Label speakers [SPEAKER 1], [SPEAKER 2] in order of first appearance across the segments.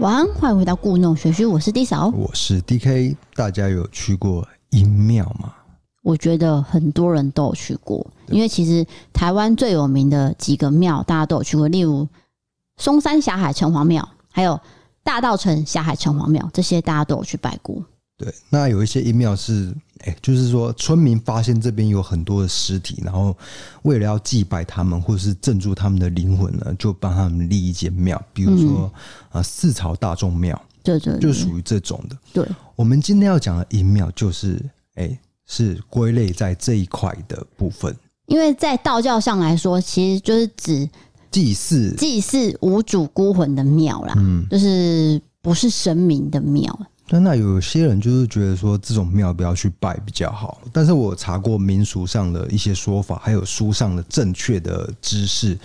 [SPEAKER 1] 晚安，欢迎回到故弄玄虚，我是哦 D 嫂。
[SPEAKER 2] 我是 DK，大家有去过阴庙吗？
[SPEAKER 1] 我觉得很多人都有去过，因为其实台湾最有名的几个庙大家都有去过，例如松山霞海城隍庙，还有大道城霞海城隍庙，这些大家都有去拜过。
[SPEAKER 2] 对，那有一些阴庙是，哎、就是说村民发现这边有很多的尸体，然后为了要祭拜他们或是镇住他们的灵魂呢，就帮他们立一间庙，比如说啊、呃四朝大众庙，
[SPEAKER 1] 对对
[SPEAKER 2] 就
[SPEAKER 1] 对
[SPEAKER 2] 属于这种的。
[SPEAKER 1] 对，
[SPEAKER 2] 我们今天要讲的阴庙，就是哎、是归类在这一块的部分，
[SPEAKER 1] 因为在道教上来说，其实就是指
[SPEAKER 2] 祭祀
[SPEAKER 1] 祭祀无主孤魂的庙啦，就是不是神明的庙。
[SPEAKER 2] 但那有些人就是觉得说这种庙不要去拜比较好，但是我查过民俗上的一些说法，还有书上的正确的知识。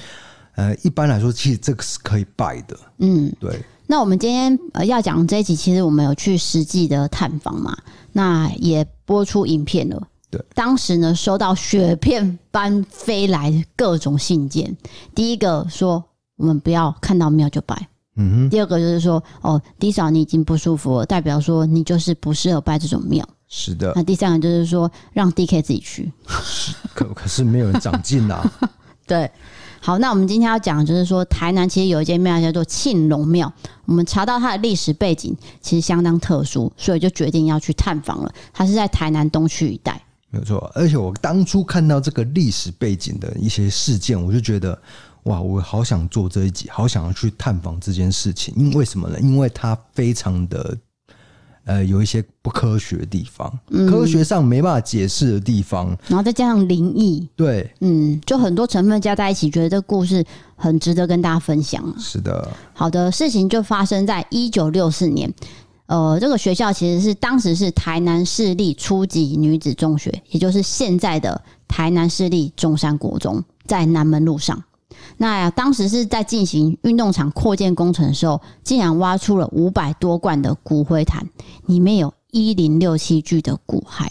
[SPEAKER 2] 呃，一般来说，其实这个是可以拜的，
[SPEAKER 1] 嗯，
[SPEAKER 2] 对，
[SPEAKER 1] 那我们今天呃要讲这一集，其实我们有去实际的探访嘛，那也播出影片了。
[SPEAKER 2] 对，
[SPEAKER 1] 当时呢收到雪片般飞来各种信件，第一个说我们不要看到庙就拜，
[SPEAKER 2] 嗯哼，
[SPEAKER 1] 第二个就是说哦，低嫂你已经不舒服了，代表说你就是不适合拜这种庙。
[SPEAKER 2] 是的，
[SPEAKER 1] 那第三个就是说让 DK 自己去，
[SPEAKER 2] 可可是没有人长进啊，
[SPEAKER 1] 对，好，那我们今天要讲的就是说，台南其实有一间庙叫做庆隆庙，我们查到它的历史背景其实相当特殊，所以就决定要去探访了。它是在台南东区一带，
[SPEAKER 2] 没有错。而且我当初看到这个历史背景的一些事件，我就觉得，哇，我好想做这一集，好想要去探访这件事情，因为什么呢？因为它非常的呃，有一些不科学的地方，
[SPEAKER 1] 嗯
[SPEAKER 2] 科学上没办法解释的地方。
[SPEAKER 1] 然后再加上灵异，
[SPEAKER 2] 对，
[SPEAKER 1] 嗯，就很多成分加在一起，觉得这故事很值得跟大家分享啊。
[SPEAKER 2] 是的，
[SPEAKER 1] 好的事情就发生在一九六四年。呃，这个学校其实是当时是台南市立初级女子中学，也就是现在的台南市立中山国中，在南门路上。那、当时是在进行运动场扩建工程的时候，竟然挖出了五百多罐的骨灰坛，里面有一零六七具的骨骸。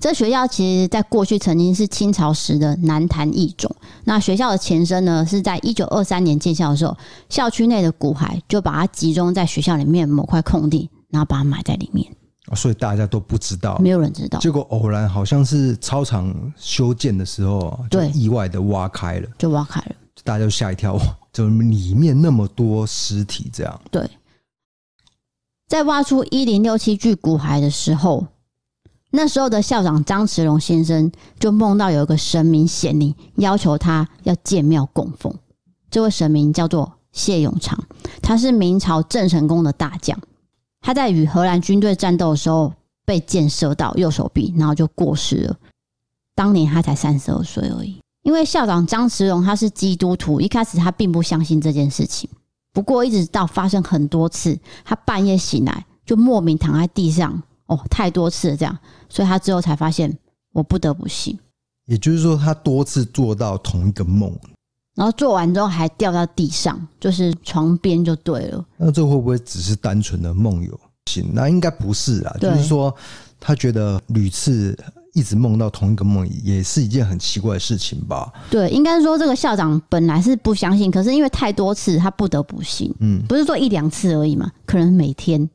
[SPEAKER 1] 这学校其实在过去曾经是清朝时的南坛一种。那学校的前身呢，是在一九二三年建校的时候，校区内的骨骸就把它集中在学校里面某块空地，然后把它埋在里面，
[SPEAKER 2] 所以大家都不知道。
[SPEAKER 1] 没有人知道，
[SPEAKER 2] 结果偶然好像是操场修建的时候，就
[SPEAKER 1] 对
[SPEAKER 2] 意外的挖开了，
[SPEAKER 1] 就挖开了。
[SPEAKER 2] 大家就吓一跳，哇怎么里面那么多尸体？这样，
[SPEAKER 1] 对，在挖出一零六七具骨骸的时候，那时候的校长张慈龙先生就梦到有一个神明显灵，要求他要建庙供奉。这位神明叫做谢永长，他是明朝郑成功的大将。他在与荷兰军队战斗的时候被箭射到右手臂，然后就过世了。当年他才三十二岁而已。因为校长张慈荣他是基督徒，一开始他并不相信这件事情。不过一直到发生很多次，他半夜醒来就莫名躺在地上，哦，太多次了这样，所以他之后才发现哦我不得不信。
[SPEAKER 2] 也就是说，他多次做到同一个梦，
[SPEAKER 1] 然后做完之后还掉到地上，就是床边就对了。
[SPEAKER 2] 那这会不会只是单纯的梦游？行，那应该不是啊，
[SPEAKER 1] 对
[SPEAKER 2] 就是说他觉得屡次一直梦到同一个梦，也是一件很奇怪的事情吧？
[SPEAKER 1] 对，应该说这个校长本来是不相信，可是因为太多次，他不得不信。
[SPEAKER 2] 嗯，
[SPEAKER 1] 不是说一两次而已嘛，可能每天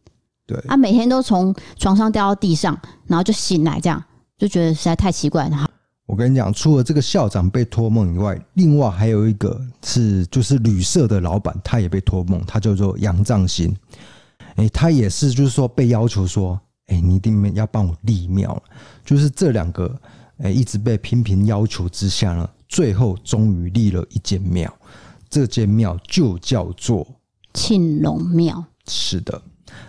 [SPEAKER 2] 对，
[SPEAKER 1] 啊，每天都从床上掉到地上，然后就醒来，这样就觉得实在太奇怪了。然后
[SPEAKER 2] 我跟你讲，除了这个校长被托梦以外，另外还有一个是就是旅社的老板，他也被托梦，他叫做杨藏新。哎、他也是就是说被要求说，哎、你一定要帮我立庙了。就是这两个，哎、一直被频频要求之下呢，最后终于立了一间庙，这间庙就叫做
[SPEAKER 1] 庆隆庙，
[SPEAKER 2] 是的，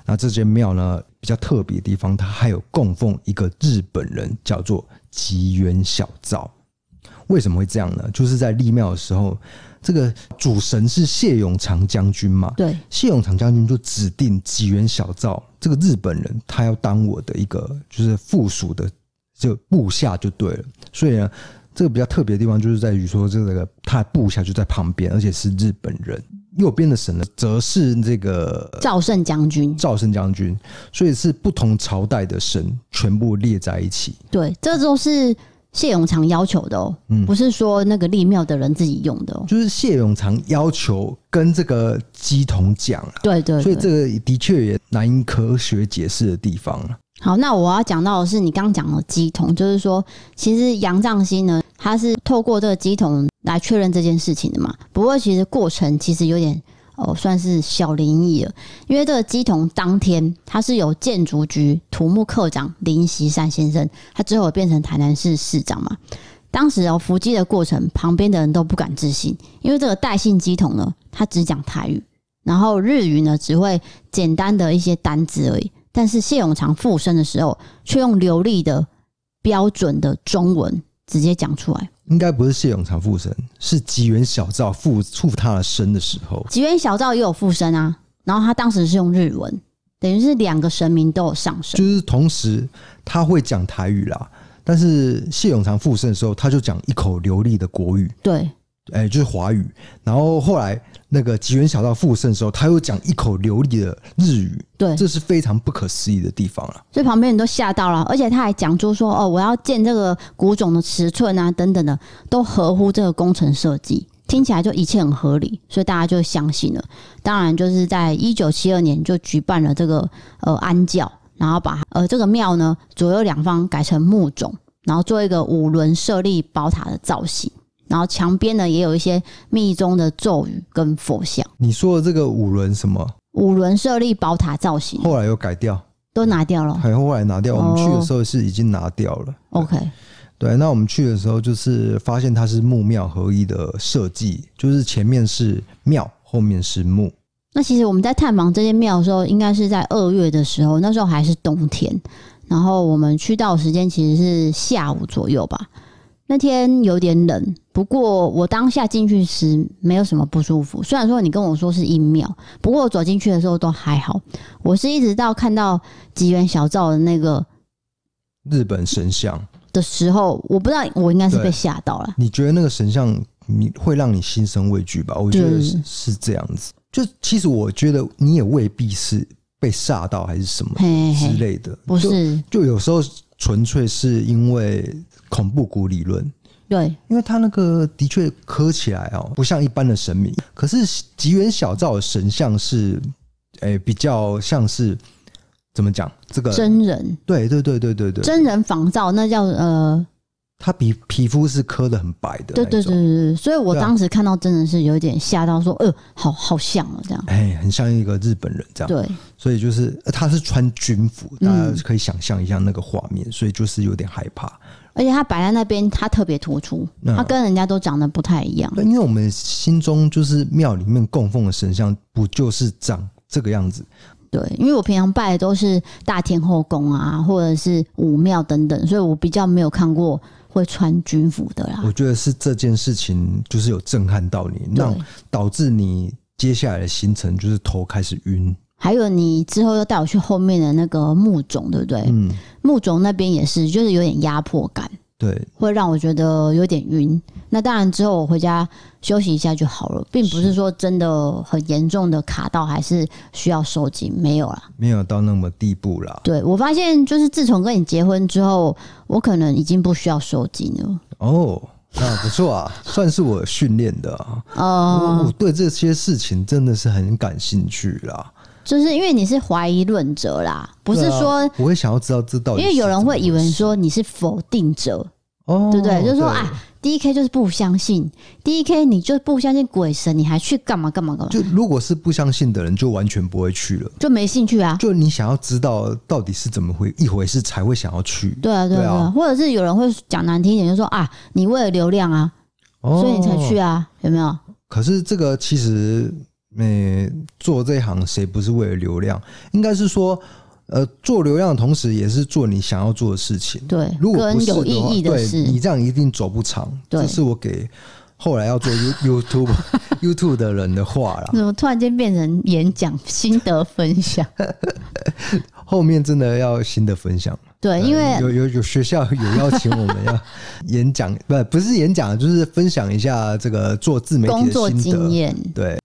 [SPEAKER 2] 那这间庙呢比较特别的地方，它还有供奉一个日本人，叫做吉原小造。为什么会这样呢？就是在立庙的时候，这个主神是谢永长将军嘛，
[SPEAKER 1] 对，
[SPEAKER 2] 谢永长将军就指定吉原小造这个日本人，他要当我的一个就是附属的就部下就对了。所以呢，这个比较特别的地方就是在于说，这个他的部下就在旁边，而且是日本人。右边的神呢，则是这个
[SPEAKER 1] 赵胜将军，
[SPEAKER 2] 赵胜将军，所以是不同朝代的神全部列在一起。
[SPEAKER 1] 对，这都是谢永长要求的哦、
[SPEAKER 2] 嗯
[SPEAKER 1] 不是说那个立庙的人自己用的哦、
[SPEAKER 2] 就是谢永长要求跟这个鸡同讲啊，
[SPEAKER 1] 对对对，
[SPEAKER 2] 所以这个的确也难以科学解释的地方啊了。
[SPEAKER 1] 好，那我要讲到的是你刚讲的鸡桶，就是说，其实杨藏新呢，他是透过这个鸡桶来确认这件事情的嘛。不过其实过程其实有点哦，算是小灵异了，因为这个鸡桶当天他是有建筑局土木科长林习善先生，他之后也变成台南市市长嘛。当时哦，伏击的过程，旁边的人都不敢置信，因为这个戴姓鸡桶呢，他只讲台语，然后日语呢只会简单的一些单字而已。但是谢永长附身的时候，却用流利的标准的中文直接讲出来。
[SPEAKER 2] 应该不是谢永长附身，是吉原小照附附他的身的时候，
[SPEAKER 1] 吉原小照也有附身啊，然后他当时是用日文，等于是两个神明都有上身
[SPEAKER 2] 就。是同时他会讲台语啦，但是谢永长附身的时候，他就讲一口流利的国语，
[SPEAKER 1] 对
[SPEAKER 2] 哎、就是华语。然后后来那个吉原小道附身的时候，他又讲一口流利的日语，
[SPEAKER 1] 对，
[SPEAKER 2] 这是非常不可思议的地方啊了。
[SPEAKER 1] 所以旁边人都吓到了，而且他还讲出说：“哦，我要建这个古种的尺寸啊，等等的，都合乎这个工程设计。”听起来就一切很合理，所以大家就相信了。当然，就是在一九七二年就举办了这个呃安教，然后把呃这个庙呢左右两方改成木种，然后做一个五轮设立宝塔的造型，然后墙边呢也有一些密宗的咒语跟佛像。
[SPEAKER 2] 你说的这个五轮什么，
[SPEAKER 1] 五轮设立宝塔造型
[SPEAKER 2] 后来又改掉，
[SPEAKER 1] 都拿掉了。
[SPEAKER 2] 还后来拿掉。
[SPEAKER 1] 哦
[SPEAKER 2] 我们去的时候是已经拿掉了。
[SPEAKER 1] OK，
[SPEAKER 2] 对，那我们去的时候就是发现它是木庙合一的设计，就是前面是庙，后面是木。
[SPEAKER 1] 那其实我们在探访这间庙的时候，应该是在二月的时候，那时候还是冬天。然后我们去到的时间其实是下午左右吧。那天有点冷，不过我当下进去时没有什么不舒服。虽然说你跟我说是阴庙，不过我走进去的时候都还好。我是一直到看到吉原小灶的那个
[SPEAKER 2] 日本神像，
[SPEAKER 1] 的时候，我不知道我应该是被
[SPEAKER 2] 对
[SPEAKER 1] 吓到了。
[SPEAKER 2] 你觉得那个神像你会让你心生畏惧吧？我觉得
[SPEAKER 1] 对
[SPEAKER 2] 是是这样子。就其实我觉得你也未必是被吓到还是什么
[SPEAKER 1] 嘿
[SPEAKER 2] 之
[SPEAKER 1] 嘿嘿，
[SPEAKER 2] 类的，
[SPEAKER 1] 不是，
[SPEAKER 2] 就。就有时候纯粹是因为恐怖谷理论，
[SPEAKER 1] 对，
[SPEAKER 2] 因为它那个的确磕起来哦，不像一般的神明。可是吉原小照的神像是，诶、比较像是怎么讲？这个
[SPEAKER 1] 真人
[SPEAKER 2] 对对对对对对，
[SPEAKER 1] 真人仿造，那叫呃
[SPEAKER 2] 它比皮肤是磕的很白的，
[SPEAKER 1] 对对对，对对，所以我
[SPEAKER 2] 对啊
[SPEAKER 1] 当时看到真的是有一点吓到，说，呃，好好像哦，这样。
[SPEAKER 2] 哎、很像一个日本人这样。
[SPEAKER 1] 对，
[SPEAKER 2] 所以就是呃他是穿军服，大
[SPEAKER 1] 嗯
[SPEAKER 2] 家可以想象一下那个画面，所以就是有点害怕。
[SPEAKER 1] 而且他摆在那边，他特别突出，
[SPEAKER 2] 嗯
[SPEAKER 1] 他跟人家都长得不太一样。
[SPEAKER 2] 对，因为我们心中就是庙里面供奉的神像，不就是长这个样子？
[SPEAKER 1] 对，因为我平常拜的都是大天后宫啊，或者是武庙等等，所以我比较没有看过会穿军服的啦。
[SPEAKER 2] 我觉得是这件事情就是有震撼到你，让
[SPEAKER 1] 对，
[SPEAKER 2] 导致你接下来的行程就是头开始晕。
[SPEAKER 1] 还有你之后又带我去后面的那个墓冢，对不对？
[SPEAKER 2] 嗯，
[SPEAKER 1] 墓冢那边也是，就是有点压迫感。
[SPEAKER 2] 对，
[SPEAKER 1] 会让我觉得有点晕。那当然之后我回家休息一下就好了，并不是说真的很严重的卡到，还是需要收紧，没有啦。
[SPEAKER 2] 没有到那么地步啦。
[SPEAKER 1] 对我发现，就是自从跟你结婚之后，我可能已经不需要收紧了。
[SPEAKER 2] 哦，那不错 啊，算是我训练的啊。我我
[SPEAKER 1] 呃，
[SPEAKER 2] 对这些事情真的是很感兴趣啦。
[SPEAKER 1] 就是因为你是怀疑论者啦，不是
[SPEAKER 2] 对啊啊
[SPEAKER 1] 说。
[SPEAKER 2] 我会想要知道这到底
[SPEAKER 1] 因
[SPEAKER 2] 是
[SPEAKER 1] 为有人会以
[SPEAKER 2] 怎么回
[SPEAKER 1] 为
[SPEAKER 2] 事，
[SPEAKER 1] 说你是否定者
[SPEAKER 2] 哦，
[SPEAKER 1] 对不对就是说啊，，D K 就是不相信，D K 你就不相信鬼神，你还去干嘛干嘛干嘛，
[SPEAKER 2] 就如果是不相信的人，就完全不会去了。
[SPEAKER 1] 就没兴趣啊。
[SPEAKER 2] 就你想要知道到底是怎么回一回事，才会想要去。
[SPEAKER 1] 对啊，对啊，
[SPEAKER 2] 对啊
[SPEAKER 1] 对啊，或者是有人会讲难听一点，就说啊，你为了流量啊，
[SPEAKER 2] 哦
[SPEAKER 1] 所以你才去啊，有没有？
[SPEAKER 2] 可是这个其实，嗯、做这一行谁不是为了流量？应该是说，呃，做流量的同时，也是做你想要做的事情。
[SPEAKER 1] 对，
[SPEAKER 2] 如果不
[SPEAKER 1] 跟
[SPEAKER 2] 是
[SPEAKER 1] 有意
[SPEAKER 2] 话
[SPEAKER 1] 义的
[SPEAKER 2] 对
[SPEAKER 1] 事，
[SPEAKER 2] 你这样一定走不长。
[SPEAKER 1] 对
[SPEAKER 2] 这是我给后来要 做 You YouTube YouTube 的人的话啦。
[SPEAKER 1] 怎么突然间变成演讲心得分享？
[SPEAKER 2] 后面真的要新的分享，
[SPEAKER 1] 对，
[SPEAKER 2] 呃
[SPEAKER 1] 因为
[SPEAKER 2] 有有有学校有邀请我们要演讲， 不不是演讲，就是分享一下这个做自媒
[SPEAKER 1] 工
[SPEAKER 2] 体
[SPEAKER 1] 作
[SPEAKER 2] 的心
[SPEAKER 1] 经
[SPEAKER 2] 得。
[SPEAKER 1] 验，
[SPEAKER 2] 对，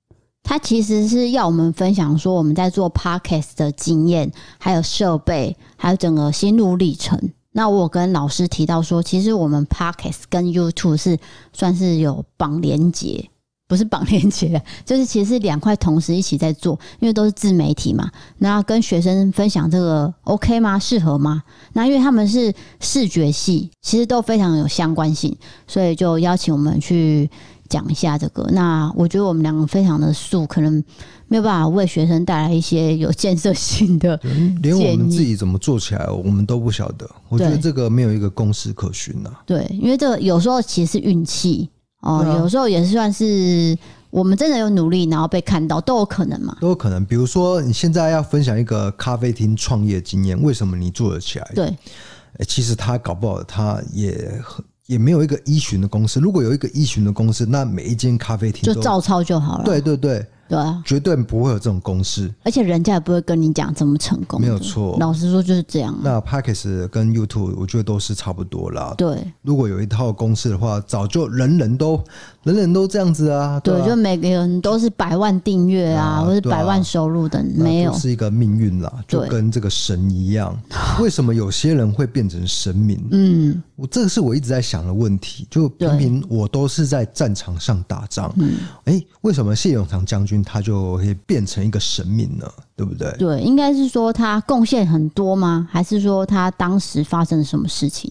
[SPEAKER 1] 它其实是要我们分享说我们在做 podcast 的经验，还有设备，还有整个心路历程。那我跟老师提到说，其实我们 Pockets 跟 YouTube 是算是有绑连接，不是绑连接， 就是其实是两块同时一起在做，因为都是自媒体嘛。那跟学生分享这个 OK 吗？适合吗？那因为他们是视觉系，其实都非常有相关性，所以就邀请我们去讲一下这个。那我觉得我们两个非常的素，可能没有办法为学生带来一些有建设性的。
[SPEAKER 2] 连我
[SPEAKER 1] 建
[SPEAKER 2] 们
[SPEAKER 1] 议
[SPEAKER 2] 自己怎么做起来，我们都不晓得。我觉得
[SPEAKER 1] 对
[SPEAKER 2] 这个没有一个公式可循啊呐、
[SPEAKER 1] 对，因为这个有时候其实是运气哦，
[SPEAKER 2] 对啊
[SPEAKER 1] 有时候也算是我们真的有努力，然后被看到都有可能嘛。
[SPEAKER 2] 都有可能。比如说，你现在要分享一个咖啡厅创业经验，为什么你做得起来？
[SPEAKER 1] 对
[SPEAKER 2] 欸其实他搞不好他也很也没有一个依循的公司。如果有一个依循的公司，那每一间咖啡厅
[SPEAKER 1] 就
[SPEAKER 2] 都
[SPEAKER 1] 照抄就好了。
[SPEAKER 2] 对对对，
[SPEAKER 1] 对啊，
[SPEAKER 2] 绝对不会有这种公司。
[SPEAKER 1] 而且人家也不会跟你讲怎么成功的，
[SPEAKER 2] 没有错
[SPEAKER 1] 老实说就是这样啊。
[SPEAKER 2] 那 p a c k e s 跟 YouTube 我觉得都是差不多啦。
[SPEAKER 1] 对
[SPEAKER 2] 如果有一套公式的话，早就人人都人人都这样子啊。
[SPEAKER 1] 对，
[SPEAKER 2] 啊
[SPEAKER 1] 就每个人都是百万订阅啊，
[SPEAKER 2] 啊
[SPEAKER 1] 或是
[SPEAKER 2] 对啊
[SPEAKER 1] 百万收入的，
[SPEAKER 2] 那
[SPEAKER 1] 没有
[SPEAKER 2] 就是一个命运啦，就
[SPEAKER 1] 对
[SPEAKER 2] 跟这个神 一样。为什么有些人会变成神明？
[SPEAKER 1] 嗯，
[SPEAKER 2] 我这个是我一直在想的问题。就
[SPEAKER 1] 对
[SPEAKER 2] 平平，我都是在战场上打仗，
[SPEAKER 1] 嗯
[SPEAKER 2] 哎、为什么谢永长将军他就会变成一个神明呢？对不对？
[SPEAKER 1] 对，应该是说他贡献很多吗？还是说他当时发生了什么事情？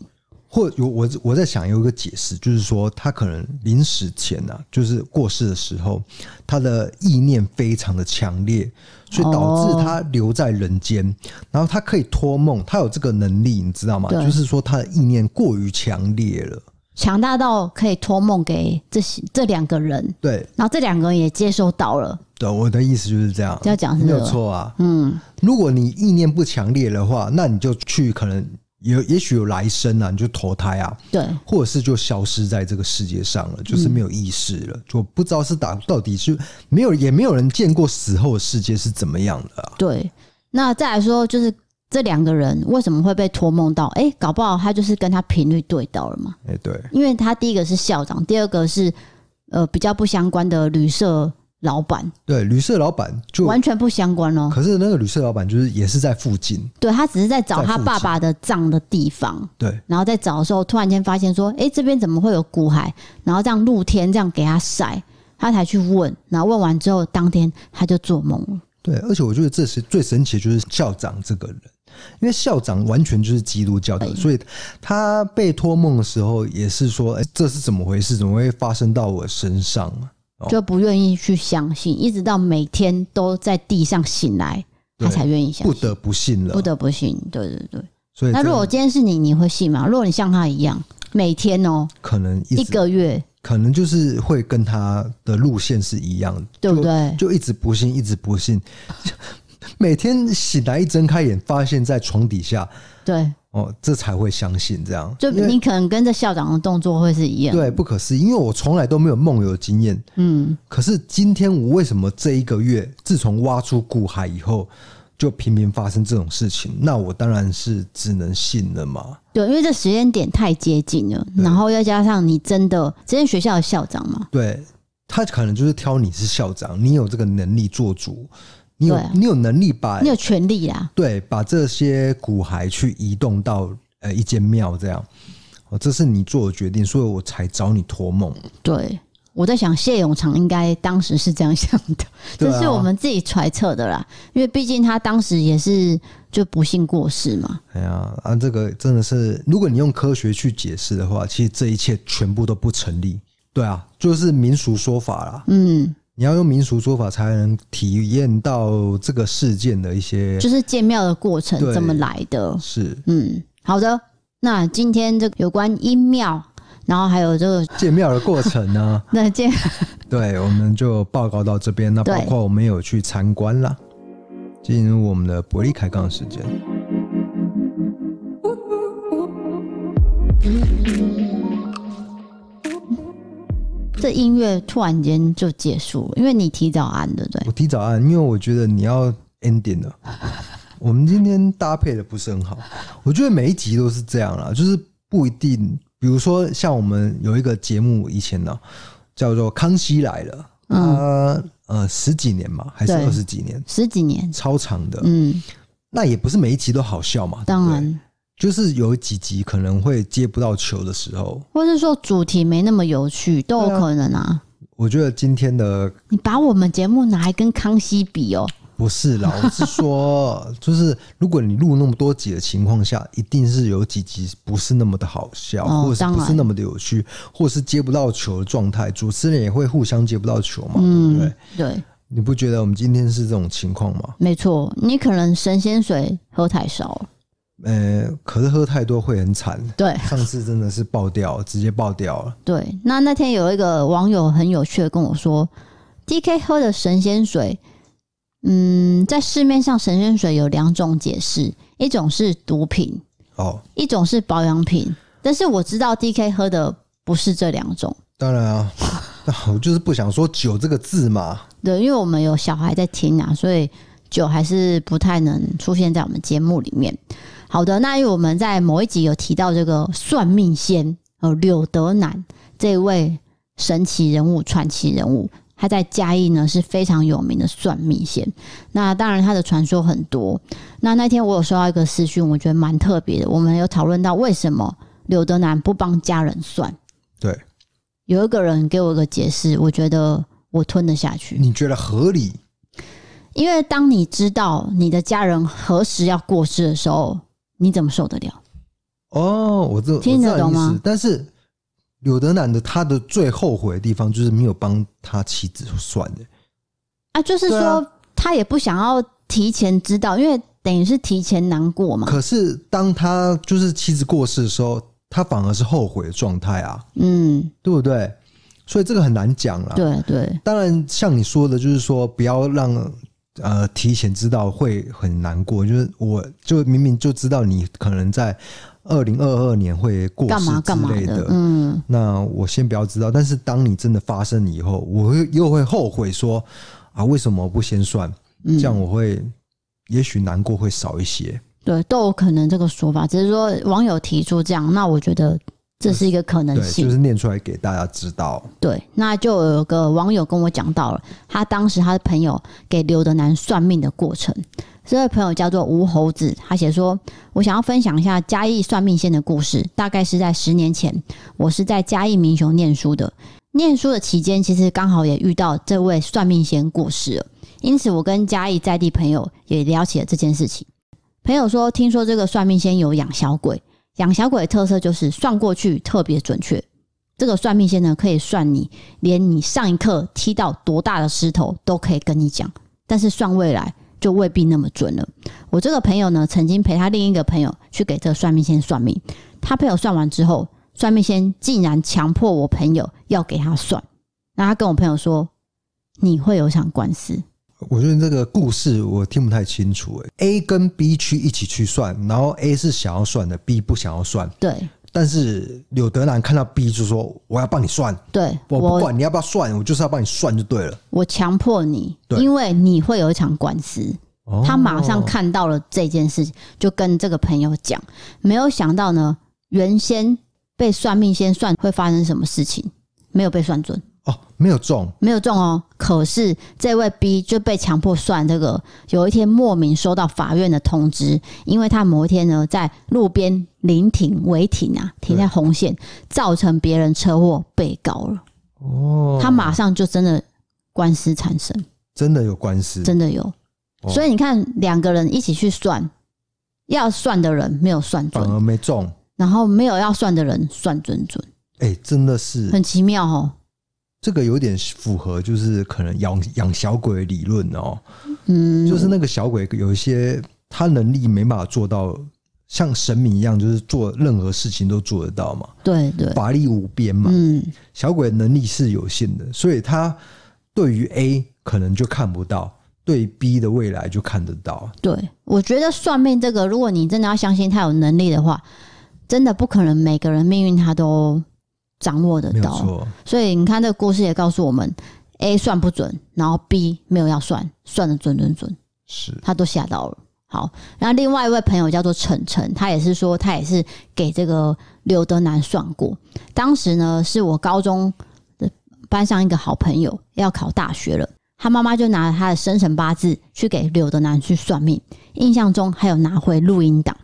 [SPEAKER 2] 或有我我在想有一个解释，就是说他可能临死前啊，就是过世的时候，他的意念非常的强烈，所以导致
[SPEAKER 1] 哦
[SPEAKER 2] 他留在人间。然后他可以托梦，他有这个能力，你知道吗？
[SPEAKER 1] 对
[SPEAKER 2] 就是说他的意念过于强烈了。
[SPEAKER 1] 强大到可以托梦给这些这两个人，
[SPEAKER 2] 对
[SPEAKER 1] 然后这两个人也接收到了，
[SPEAKER 2] 对，我的意思就是这样，
[SPEAKER 1] 要讲是
[SPEAKER 2] 没
[SPEAKER 1] 这
[SPEAKER 2] 有
[SPEAKER 1] 个
[SPEAKER 2] 错啊。
[SPEAKER 1] 嗯，
[SPEAKER 2] 如果你意念不强烈的话，那你就去可能有也许有来生啊，你就投胎啊。
[SPEAKER 1] 对，
[SPEAKER 2] 或者是就消失在这个世界上了，就是没有意识了，就不知道是打到底是没有，也没有人见过死后的世界是怎么样的啊？
[SPEAKER 1] 对，那再来说，就是这两个人为什么会被托梦到？诶，搞不好他就是跟他频率对到了嘛。
[SPEAKER 2] 哎、对，
[SPEAKER 1] 因为他第一个是校长，第二个是呃比较不相关的旅社老板，
[SPEAKER 2] 对，旅社老板就，
[SPEAKER 1] 完全不相关哦。
[SPEAKER 2] 可是那个旅社老板就是也是在附近，
[SPEAKER 1] 对他只是在找
[SPEAKER 2] 在附
[SPEAKER 1] 他爸
[SPEAKER 2] 近
[SPEAKER 1] 爸的葬的地方，
[SPEAKER 2] 对
[SPEAKER 1] 然后在找的时候，突然间发现说，诶，这边怎么会有骨骸？然后这样露天这样给他晒，他才去问，然后问完之后，当天他就做梦了。
[SPEAKER 2] 对，而且我觉得这是最神奇的就是校长这个人。因为校长完全就是基督教的，所以他被托梦的时候也是说：“哎、这是怎么回事？怎么会发生到我身上啊？”哦
[SPEAKER 1] 就不愿意去相信，一直到每天都在地上醒来，他
[SPEAKER 2] 对
[SPEAKER 1] 才愿意相
[SPEAKER 2] 不
[SPEAKER 1] 信，
[SPEAKER 2] 得不信了。
[SPEAKER 1] 不得不信。对对对。
[SPEAKER 2] 所以
[SPEAKER 1] 那
[SPEAKER 2] 这
[SPEAKER 1] 如果今天是你，你会信吗？如果你像他一样，每天哦、
[SPEAKER 2] 可能一
[SPEAKER 1] 一
[SPEAKER 2] 直
[SPEAKER 1] 个月，
[SPEAKER 2] 可能就是会跟他的路线是一样的，
[SPEAKER 1] 对不
[SPEAKER 2] 就？
[SPEAKER 1] 对？
[SPEAKER 2] 就一直不信，一直不信， 每天醒来一睁开眼，发现在床底下，
[SPEAKER 1] 对，
[SPEAKER 2] 哦，这才会相信这样。
[SPEAKER 1] 就
[SPEAKER 2] 因为
[SPEAKER 1] 你可能跟着校长的动作会是一样。
[SPEAKER 2] 对不可思议，因为我从来都没有梦游经验。
[SPEAKER 1] 嗯，
[SPEAKER 2] 可是今天我为什么这一个月，自从挖出骨骸以后，就频频发生这种事情？那我当然是只能信了嘛。
[SPEAKER 1] 对，因为这时间点太接近了，然后又加上你真的，之前学校的校长嘛，
[SPEAKER 2] 对他可能就是挑你是校长，你有这个能力做主，你有、
[SPEAKER 1] 对啊
[SPEAKER 2] 你有能力把
[SPEAKER 1] 你有权利啊啦。
[SPEAKER 2] 对，把这些骨骸去移动到呃一间庙这样。哦，这是你做的决定，所以我才找你托梦。
[SPEAKER 1] 对，我在想谢永长应该当时是这样想的，
[SPEAKER 2] 对
[SPEAKER 1] 这
[SPEAKER 2] 啊
[SPEAKER 1] 是我们自己揣测的啦，因为毕竟他当时也是就不幸过世嘛。
[SPEAKER 2] 哎呀，啊，这个真的是，如果你用科学去解释的话，其实这一切全部都不成立。对啊，就是民俗说法啦。
[SPEAKER 1] 嗯，
[SPEAKER 2] 你要用民俗说法才能体验到这个事件的一些
[SPEAKER 1] 就是建庙的过程
[SPEAKER 2] 对
[SPEAKER 1] 怎么来的？
[SPEAKER 2] 是
[SPEAKER 1] 嗯，好的。那今天这个有关阴庙，然后还有这个。
[SPEAKER 2] 建庙的过程呢
[SPEAKER 1] 那建
[SPEAKER 2] 对，我们就报告到这边。那包
[SPEAKER 1] 对
[SPEAKER 2] 括我们有去参观啦，进入我们的伯利开杠时间。
[SPEAKER 1] 这音乐突然间就结束了，因为你提早按，对不对？
[SPEAKER 2] 我提早按，因为我觉得你要 ending 了。我们今天搭配的不是很好，我觉得每一集都是这样啦，就是不一定。比如说，像我们有一个节目以前呢、叫做《康熙来了》，它呃十几年嘛，还是
[SPEAKER 1] 嗯对
[SPEAKER 2] 二十几年，
[SPEAKER 1] 十几年，
[SPEAKER 2] 超长的。
[SPEAKER 1] 嗯，
[SPEAKER 2] 那也不是每一集都好笑嘛，对不
[SPEAKER 1] 当
[SPEAKER 2] 对。
[SPEAKER 1] 然，
[SPEAKER 2] 就是有几集可能会接不到球的时候，
[SPEAKER 1] 或是说主题没那么有趣，都有
[SPEAKER 2] 对啊
[SPEAKER 1] 可能啊。
[SPEAKER 2] 我觉得今天的
[SPEAKER 1] 你把我们节目拿来跟康熙比哦，
[SPEAKER 2] 不 是啦，我是说，就是如果你录那么多集的情况下，一定是有几集不是那么的好笑，
[SPEAKER 1] 哦
[SPEAKER 2] 或者是
[SPEAKER 1] 当然
[SPEAKER 2] 不是那么的有趣，或者是接不到球的状态，主持人也会互相接不到球嘛，对不
[SPEAKER 1] 嗯
[SPEAKER 2] 对？，
[SPEAKER 1] 对，
[SPEAKER 2] 你不觉得我们今天是这种情况吗？
[SPEAKER 1] 没错，你可能神仙水喝太少了，
[SPEAKER 2] 呃，可是喝太多会很惨，
[SPEAKER 1] 对
[SPEAKER 2] 上次真的是爆掉，直接爆掉了。
[SPEAKER 1] 对。那那天有一个网友很有趣的跟我说，D K 喝的神仙水，嗯，在市面上神仙水有两种解释，一种是毒品，
[SPEAKER 2] 哦，
[SPEAKER 1] 一种是保养品。但是我知道 D K 喝的不是这两种，
[SPEAKER 2] 当然啊， 那我就是不想说“酒”这个字嘛。
[SPEAKER 1] 对，因为我们有小孩在听啊，所以酒还是不太能出现在我们节目里面。好的，那因为我们在某一集有提到这个算命仙呃柳德南这位神奇人物、传奇人物，他在嘉义呢是非常有名的算命仙。那当然他的传说很多。那那天我有收到一个私讯，我觉得蛮特别的。我们有讨论到为什么柳德南不帮家人算，
[SPEAKER 2] 对，
[SPEAKER 1] 有一个人给我一个解释，我觉得我吞得下去。
[SPEAKER 2] 你觉得合理？
[SPEAKER 1] 因为当你知道你的家人何时要过世的时候，你怎么受得了？
[SPEAKER 2] 哦，我这
[SPEAKER 1] 听得懂吗？
[SPEAKER 2] 但是柳德南的他的最后悔的地方就是没有帮他妻子算的，
[SPEAKER 1] 啊，就是
[SPEAKER 2] 对啊
[SPEAKER 1] 说他也不想要提前知道，因为等于是提前难过嘛。
[SPEAKER 2] 可是当他就是妻子过世的时候，他反而是后悔的状态啊，
[SPEAKER 1] 嗯，
[SPEAKER 2] 对不对？所以这个很难讲啦。
[SPEAKER 1] 对对
[SPEAKER 2] 当然，像你说的，就是说不要让呃提前知道会很难过。就是我就明明就知道你可能在二零二二年会过
[SPEAKER 1] 干
[SPEAKER 2] 世
[SPEAKER 1] 嘛干嘛
[SPEAKER 2] 之类
[SPEAKER 1] 的，嗯，
[SPEAKER 2] 那我先不要知道，但是当你真的发生以后，我会又会后悔说啊，为什么不先算？
[SPEAKER 1] 嗯
[SPEAKER 2] 这样我会也许难过会少一些。
[SPEAKER 1] 对都有可能这个说法，只是说网友提出这样，那我觉得这是一个可能
[SPEAKER 2] 对，
[SPEAKER 1] 性
[SPEAKER 2] 就。是念出来给大家知道。
[SPEAKER 1] 对，那就有个网友跟我讲到了，他当时他的朋友给刘德南算命的过程。这位朋友叫做吴猴子，他写说：“我想要分享一下嘉义算命仙的故事。大概是在十年前，我是在嘉义民雄念书的。念书的期间，其实刚好也遇到这位算命仙过世了，因此我跟嘉义在地朋友也聊起了这件事情。朋友说，听说这个算命仙有养小鬼，养小鬼的特色就是算过去特别准确，这个算命先生可以算你，连你上一刻踢到多大的石头都可以跟你讲，但是算未来就未必那么准了。我这个朋友呢，曾经陪他另一个朋友去给这个算命先生算命，他朋友算完之后，算命先生竟然强迫我朋友要给他算，那他跟我朋友说：“你会有场官司。”
[SPEAKER 2] 我觉得这个故事我听不太清楚、欸。A 跟 B 区一起去算，然后 A 是想要算的，B 不想要算。
[SPEAKER 1] 对
[SPEAKER 2] 但是柳德南看到 B 就说：“我要帮你算，
[SPEAKER 1] 对，
[SPEAKER 2] 我不
[SPEAKER 1] 我
[SPEAKER 2] 管你要不要算，我就是要帮你算就对了。
[SPEAKER 1] 我强迫你，
[SPEAKER 2] 对
[SPEAKER 1] 因为你会有一场官司。”
[SPEAKER 2] 哦”
[SPEAKER 1] 他马上看到了这件事情，就跟这个朋友讲，没有想到呢，原先被算命先算会发生什么事情，没有被算准，
[SPEAKER 2] 哦，没有中，
[SPEAKER 1] 没有中哦。可是这位 B 就被强迫算这个，有一天莫名收到法院的通知，因为他某一天呢在路边临停违停啊，停在红线，造成别人车祸被告了，
[SPEAKER 2] 哦，
[SPEAKER 1] 他马上就真的官司产生，
[SPEAKER 2] 真的有官司，
[SPEAKER 1] 真的有。
[SPEAKER 2] 哦
[SPEAKER 1] 所以你看，两个人一起去算，要算的人没有算
[SPEAKER 2] 反
[SPEAKER 1] 准，
[SPEAKER 2] 而没中。
[SPEAKER 1] 然后没有要算的人算准准，
[SPEAKER 2] 哎、真的是
[SPEAKER 1] 很奇妙哦。
[SPEAKER 2] 这个有点符合，就是可能养养小鬼的理论哦，
[SPEAKER 1] 嗯，
[SPEAKER 2] 就是那个小鬼有一些他能力没办法做到，像神明一样，就是做任何事情都做得到嘛，
[SPEAKER 1] 对对，
[SPEAKER 2] 法力无边嘛。
[SPEAKER 1] 嗯，
[SPEAKER 2] 小鬼的能力是有限的，所以他对于 A 可能就看不到，对 B 的未来就看得到。
[SPEAKER 1] 对，我觉得算命这个，如果你真的要相信他有能力的话，真的不可能每个人命运他都掌握得
[SPEAKER 2] 没有
[SPEAKER 1] 到。
[SPEAKER 2] 错，
[SPEAKER 1] 所以你看，这个故事也告诉我们，A 算不准，然后 B 没有要算，算的准准准。
[SPEAKER 2] 是
[SPEAKER 1] 他都吓到了。好，那另外一位朋友叫做晨晨，他也是说他也是给这个刘德南算过。当时呢，是我高中的班上一个好朋友要考大学了，他妈妈就拿了他的生辰八字去给刘德南去算命，印象中还有拿回录音档。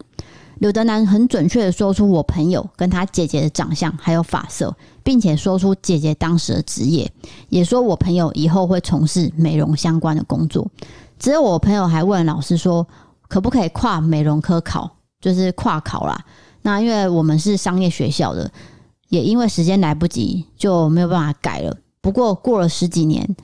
[SPEAKER 1] 柳德南很准确的说出我朋友跟他姐姐的长相还有发色，并且说出姐姐当时的职业，也说我朋友以后会从事美容相关的工作。只有我朋友还问老师说，可不可以跨美容科考，就是跨考啦。那因为我们是商业学校的，也因为时间来不及，就没有办法改了。不过过了十几年，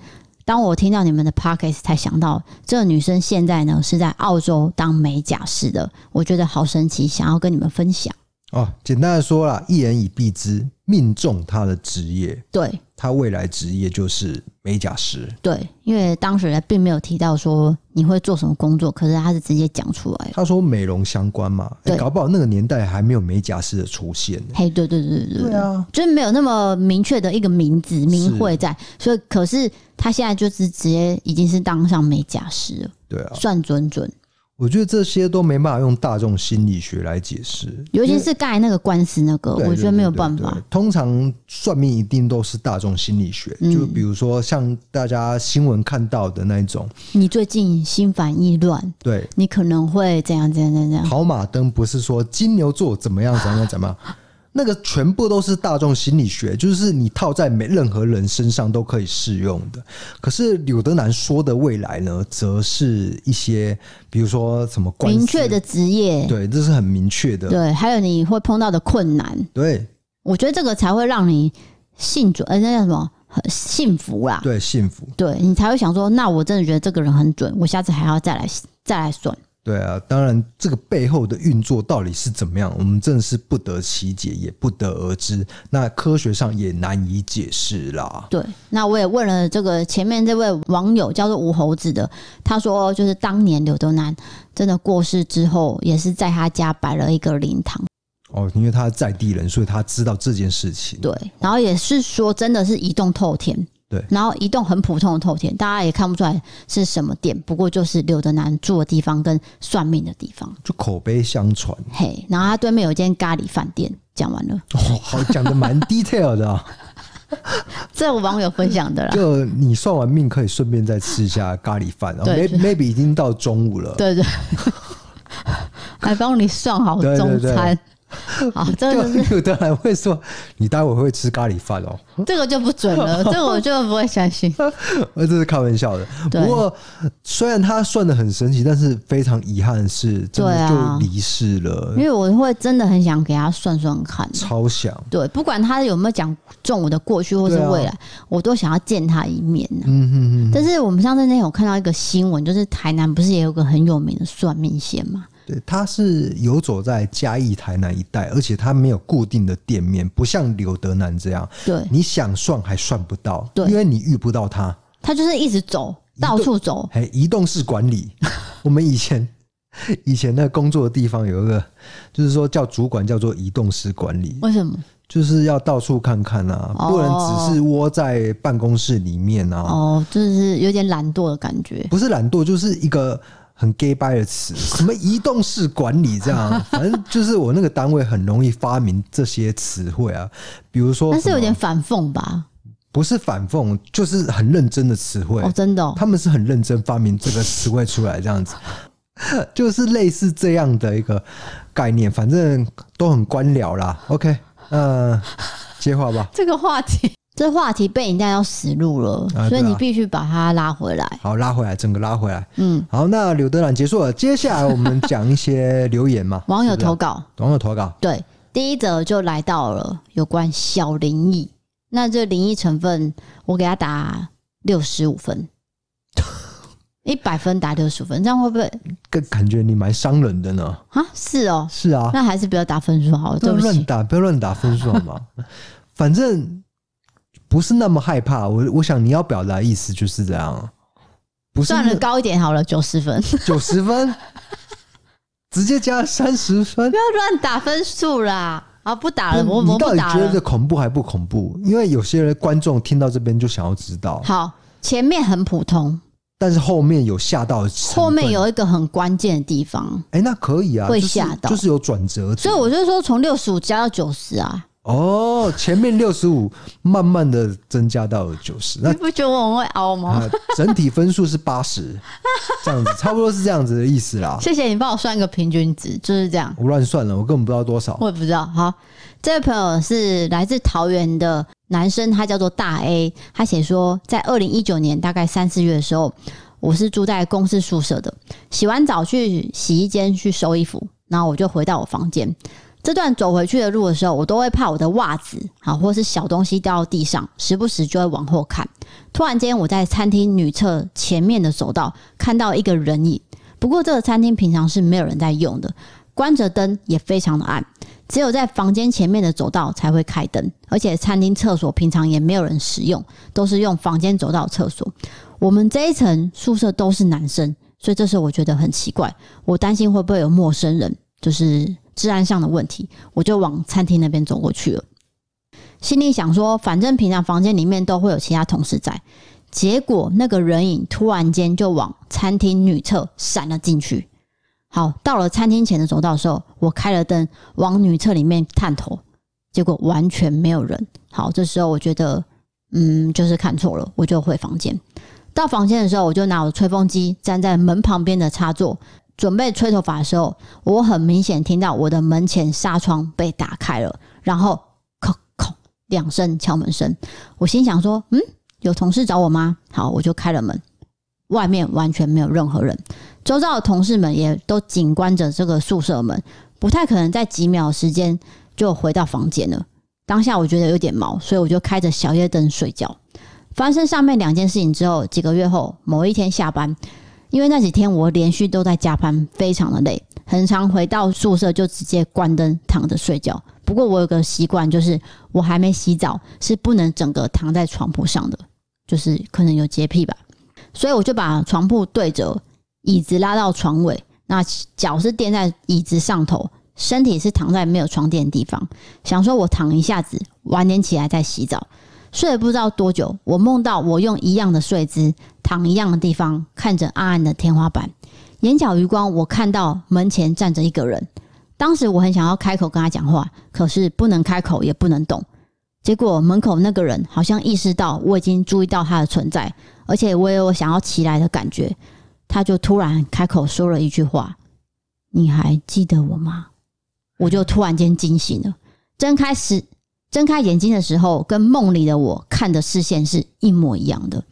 [SPEAKER 1] 当我听到你们的 podcast，才想到这个女生现在呢是在澳洲当美甲师的，我觉得好神奇，想要跟你们分享。
[SPEAKER 2] 哦，简单的说啦，一言以蔽之，命中他的职业，
[SPEAKER 1] 对
[SPEAKER 2] 他未来职业就是美甲师。
[SPEAKER 1] 对，因为当时并没有提到说你会做什么工作，可是她是直接讲出来了。
[SPEAKER 2] 他说美容相关嘛，欸
[SPEAKER 1] 对
[SPEAKER 2] 搞不好那个年代还没有美甲师的出现呢、
[SPEAKER 1] 嘿，对对对对
[SPEAKER 2] 对啊，
[SPEAKER 1] 就是没有那么明确的一个名字名讳在，所以可是她现在就是直接已经是当上美甲师了，
[SPEAKER 2] 对啊，
[SPEAKER 1] 算准准。
[SPEAKER 2] 我觉得这些都没办法用大众心理学来解释，
[SPEAKER 1] 尤
[SPEAKER 2] 因
[SPEAKER 1] 其
[SPEAKER 2] 为
[SPEAKER 1] 是盖那个官司那个，
[SPEAKER 2] 对
[SPEAKER 1] 我觉得没有办。
[SPEAKER 2] 对对
[SPEAKER 1] 法
[SPEAKER 2] 对。通常算命一定都是大众心理学，
[SPEAKER 1] 嗯
[SPEAKER 2] 就比如说像大家新闻看到的那一种，
[SPEAKER 1] 你最近心烦意乱，
[SPEAKER 2] 对，
[SPEAKER 1] 你可能会怎样怎样怎样。
[SPEAKER 2] 跑马灯不是说金牛座怎么样怎么样怎么样， 那个全部都是大众心理学，就是你套在每任何人身上都可以适用的。可是柳德南说的未来呢，则是一些比如说什么官司
[SPEAKER 1] 明确的，职业，
[SPEAKER 2] 对，这是很明确的，
[SPEAKER 1] 对，还有你会碰到的困难，
[SPEAKER 2] 对
[SPEAKER 1] 我觉得这个才会让你信准，呃，那叫什么？很幸福啦，
[SPEAKER 2] 对，幸福，
[SPEAKER 1] 对你才会想说，那我真的觉得这个人很准，我下次还要再来再来算。
[SPEAKER 2] 对啊。当然，这个背后的运作到底是怎么样，我们真的是不得其解，也不得而知。那科学上也难以解释啦。
[SPEAKER 1] 对，那我也问了这个前面这位网友叫做吴猴子的，他说就是当年柳德南真的过世之后，也是在他家摆了一个灵堂。
[SPEAKER 2] 哦，因为他是在地人，所以他知道这件事情。
[SPEAKER 1] 对，然后也是说真的是一栋透天，
[SPEAKER 2] 对
[SPEAKER 1] 然后一栋很普通的透天，大家也看不出来是什么店，不过就是柳德南住的地方跟算命的地方，
[SPEAKER 2] 就口碑相传，
[SPEAKER 1] 嘿，然后他对面有一间咖喱饭店，讲完 了，
[SPEAKER 2] 哦，好讲的蛮 detail 的、啊，
[SPEAKER 1] 这我网友分享的啦，
[SPEAKER 2] 就你算完命可以顺便再吃一下咖喱饭啊
[SPEAKER 1] 对
[SPEAKER 2] ，maybe maybe 已经到中午了，
[SPEAKER 1] 对 对，还帮你算好
[SPEAKER 2] 对对
[SPEAKER 1] 中
[SPEAKER 2] 对
[SPEAKER 1] 餐，好，这个就是
[SPEAKER 2] 就有的人会说你待会会吃咖喱饭哦，
[SPEAKER 1] 这个就不准了，这个我就不会相信，
[SPEAKER 2] 呃，这是开玩笑的。
[SPEAKER 1] 对
[SPEAKER 2] 不过虽然他算的很神奇，但是非常遗憾的是，
[SPEAKER 1] 对
[SPEAKER 2] 真的
[SPEAKER 1] 啊
[SPEAKER 2] 就离世了
[SPEAKER 1] 因，为我会真的很想给他算算看。
[SPEAKER 2] 超想。
[SPEAKER 1] 对，不管他有没有讲中我的过去或是
[SPEAKER 2] 对啊
[SPEAKER 1] 未来，我都想要见他一面呢、
[SPEAKER 2] 嗯嗯嗯，
[SPEAKER 1] 但是我们上次那天有看到一个新闻，就是台南不是也有个很有名的算命仙嘛？
[SPEAKER 2] 对，他是游走在嘉义、台南一带，而且他没有固定的店面，不像柳德南这样，
[SPEAKER 1] 对，
[SPEAKER 2] 你想算还算不到，
[SPEAKER 1] 对
[SPEAKER 2] 因为你遇不到他。
[SPEAKER 1] 他就是一直走，到处走。
[SPEAKER 2] 哎，移动式管理。 我们以前以前那工作的地方有一个，就是说叫主管叫做移动式管理，
[SPEAKER 1] 为什么？
[SPEAKER 2] 就是要到处看看啊，
[SPEAKER 1] 哦
[SPEAKER 2] 不能只是窝在办公室里面啊。
[SPEAKER 1] 哦，就是有点懒惰的感觉。
[SPEAKER 2] 不是懒惰，就是一个很 gay bye 的词，什么移动式管理 这样，啊反正就是我那个单位很容易发明这些词汇啊，比如说
[SPEAKER 1] 但是
[SPEAKER 2] 什么
[SPEAKER 1] 有点反讽吧？
[SPEAKER 2] 不是反讽，就是很认真的词汇
[SPEAKER 1] 哦，真的、哦，
[SPEAKER 2] 他们是很认真发明这个词汇出来，这样子， 就是类似这样的一个概念，反正都很官僚啦。OK，呃，接话吧。
[SPEAKER 1] 这个话题，这话题被你带到死路了，
[SPEAKER 2] 啊
[SPEAKER 1] 所以
[SPEAKER 2] 对啊
[SPEAKER 1] 你必须把它拉回来。
[SPEAKER 2] 好，拉回来，整个拉回来。
[SPEAKER 1] 嗯，
[SPEAKER 2] 好，那柳德兰结束了，接下来我们讲一些留言嘛，
[SPEAKER 1] 网友
[SPEAKER 2] 是不是
[SPEAKER 1] 投稿，
[SPEAKER 2] 网友投稿，
[SPEAKER 1] 对，第一则就来到了有关小灵异。那这灵异成分，我给他打六十五 分，一百分打六十分，这样会不会
[SPEAKER 2] 感感觉你蛮伤人的呢。
[SPEAKER 1] 啊？是哦，
[SPEAKER 2] 是啊，
[SPEAKER 1] 那还是不要打分数好了，
[SPEAKER 2] 不
[SPEAKER 1] 对
[SPEAKER 2] 要
[SPEAKER 1] 不
[SPEAKER 2] 乱
[SPEAKER 1] 起。
[SPEAKER 2] 打，不要乱打分数好吗？ 反正不是那么害怕。我我想你要表达的意思就是这样，不是
[SPEAKER 1] 算
[SPEAKER 2] 那
[SPEAKER 1] 了，高一点好了，九十 分，不
[SPEAKER 2] 九十分，直接加三十分。嗯
[SPEAKER 1] 要乱打分数啦！啊，不打了，我
[SPEAKER 2] 你
[SPEAKER 1] 我
[SPEAKER 2] 到
[SPEAKER 1] 不
[SPEAKER 2] 底
[SPEAKER 1] 打
[SPEAKER 2] 觉得
[SPEAKER 1] 了
[SPEAKER 2] 这。恐怖还不恐怖？因为有些人观众听到这边就想要知道，
[SPEAKER 1] 好，前面很普通，
[SPEAKER 2] 但是后面有吓到的成分，
[SPEAKER 1] 后面有一个很关键的地方，
[SPEAKER 2] 哎、那可以啊，
[SPEAKER 1] 会
[SPEAKER 2] 就是
[SPEAKER 1] 吓到
[SPEAKER 2] 就是有转折点。
[SPEAKER 1] 所以我就说从六十五加到九十啊，
[SPEAKER 2] 哦，前面六十五慢慢的增加到了九十，那
[SPEAKER 1] 你不觉得我很会熬吗？
[SPEAKER 2] 啊，整体分数是 八十，这样子差不多是这样子的意思啦。
[SPEAKER 1] 谢谢你帮我算一个平均值，就是这样。
[SPEAKER 2] 我乱算了，我根本不知道多少。
[SPEAKER 1] 我也不知道。好，这位朋友是来自桃园的男生，他叫做大 A，他写说，在二零一九年大概三四月的时候，我是住在公司宿舍的，洗完澡去洗衣间去收衣服，然后我就回到我房间。这段走回去的路的时候，我都会怕我的袜子啊，或是小东西掉到地上，时不时就会往后看。突然间，我在餐厅女厕前面的走道看到一个人影，不过这个餐厅平常是没有人在用的，关着灯也非常的暗，只有在房间前面的走道才会开灯，而且餐厅厕所平常也没有人使用，都是用房间走道厕所。我们这一层宿舍都是男生，所以这时候我觉得很奇怪，我担心会不会有陌生人，就是治安上的问题，我就往餐厅那边走过去了。心里想说，反正平常房间里面都会有其他同事在。结果那个人影突然间就往餐厅女厕闪了进去，好，到了餐厅前的走道的时候，我开了灯往女厕里面探头，结果完全没有人。好，这时候我觉得，嗯，就是看错了，我就回房间。到房间的时候，我就拿我的吹风机站在门旁边的插座，准备吹头发的时候，我很明显听到我的门前纱窗被打开了，然后叩叩两声敲门声。我心想说，嗯，有同事找我吗？好，我就开了门，外面完全没有任何人。周遭的同事们也都紧关着这个宿舍门，不太可能在几秒时间就回到房间了。当下我觉得有点毛，所以我就开着小夜灯睡觉。发生上面两件事情之后，几个月后某一天下班，因为那几天我连续都在加班，非常的累，很常回到宿舍就直接关灯躺着睡觉。不过我有个习惯，就是我还没洗澡是不能整个躺在床铺上的，就是可能有洁癖吧，所以我就把床铺对折，椅子拉到床尾，那脚是垫在椅子上头，身体是躺在没有床垫的地方。想说我躺一下子，晚点起来再洗澡。睡了不知道多久，我梦到我用一样的睡姿躺一样的地方，看着暗暗的天花板，眼角余光我看到门前站着一个人。当时我很想要开口跟他讲话，可是不能开口，也不能动。结果门口那个人好像意识到我已经注意到他的存在，而且我也有想要起来的感觉，他就突然开口说了一句话：“你还记得我吗？”我就突然间惊醒了，睁开时睁开眼睛的时候，跟梦里的我看的视线是一模一样的。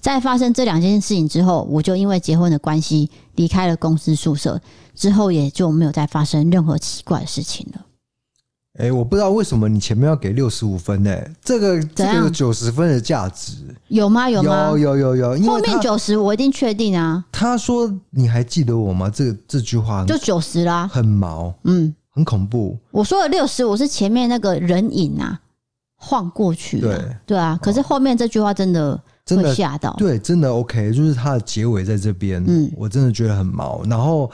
[SPEAKER 1] 在发生这两件事情之后，我就因为结婚的关系离开了公司宿舍，之后也就没有再发生任何奇怪的事情了。
[SPEAKER 2] 哎、我不知道为什么你前面要给六十五分呢、这个这
[SPEAKER 1] 怎
[SPEAKER 2] 个
[SPEAKER 1] 样
[SPEAKER 2] 有九十分的价值，
[SPEAKER 1] 有吗？有吗？
[SPEAKER 2] 有有有有，因
[SPEAKER 1] 后
[SPEAKER 2] 为
[SPEAKER 1] 面
[SPEAKER 2] 他
[SPEAKER 1] 九十我一定确定啊，
[SPEAKER 2] 他说你还记得我吗？这这句话
[SPEAKER 1] 就九十啦。
[SPEAKER 2] 很毛，
[SPEAKER 1] 嗯，
[SPEAKER 2] 很恐怖。
[SPEAKER 1] 我说的六十，我是前面那个人影啊晃过去、啊，
[SPEAKER 2] 对哦
[SPEAKER 1] 啊。可是后面这句话真的
[SPEAKER 2] 真的
[SPEAKER 1] 会吓到，
[SPEAKER 2] 对，真的 OK，就是它的结尾在这边，
[SPEAKER 1] 哦嗯
[SPEAKER 2] 我真的觉得很毛。然后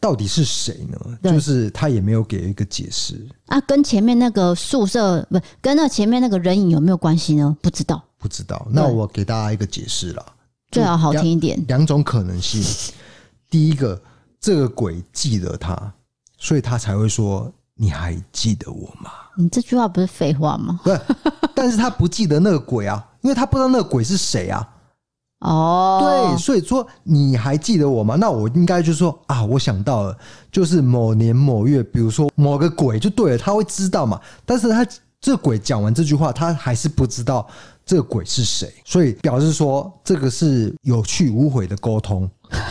[SPEAKER 2] 到底是谁呢？
[SPEAKER 1] 对
[SPEAKER 2] 就是他也没有给一个解释，
[SPEAKER 1] 啊，跟前面那个宿舍不跟那前面那个人影有没有关系呢？不知道，
[SPEAKER 2] 不知道。那
[SPEAKER 1] 对
[SPEAKER 2] 我给大家一个解释啦，
[SPEAKER 1] 最好好听一点。
[SPEAKER 2] 两种可能性。第一个，这个鬼记得他，所以他才会说你还记得我吗？
[SPEAKER 1] 你这句话不是废话吗？
[SPEAKER 2] 对，但是他不记得那个鬼啊，因为他不知道那个鬼是谁啊。
[SPEAKER 1] 哦
[SPEAKER 2] 对，，所以说你还记得我吗？那我应该就说啊，我想到了，就是某年某月，比如说某个鬼就对了，他会知道嘛。但是他这鬼讲完这句话，他还是不知道这个鬼是谁，所以表示说这个是有去无回的沟通，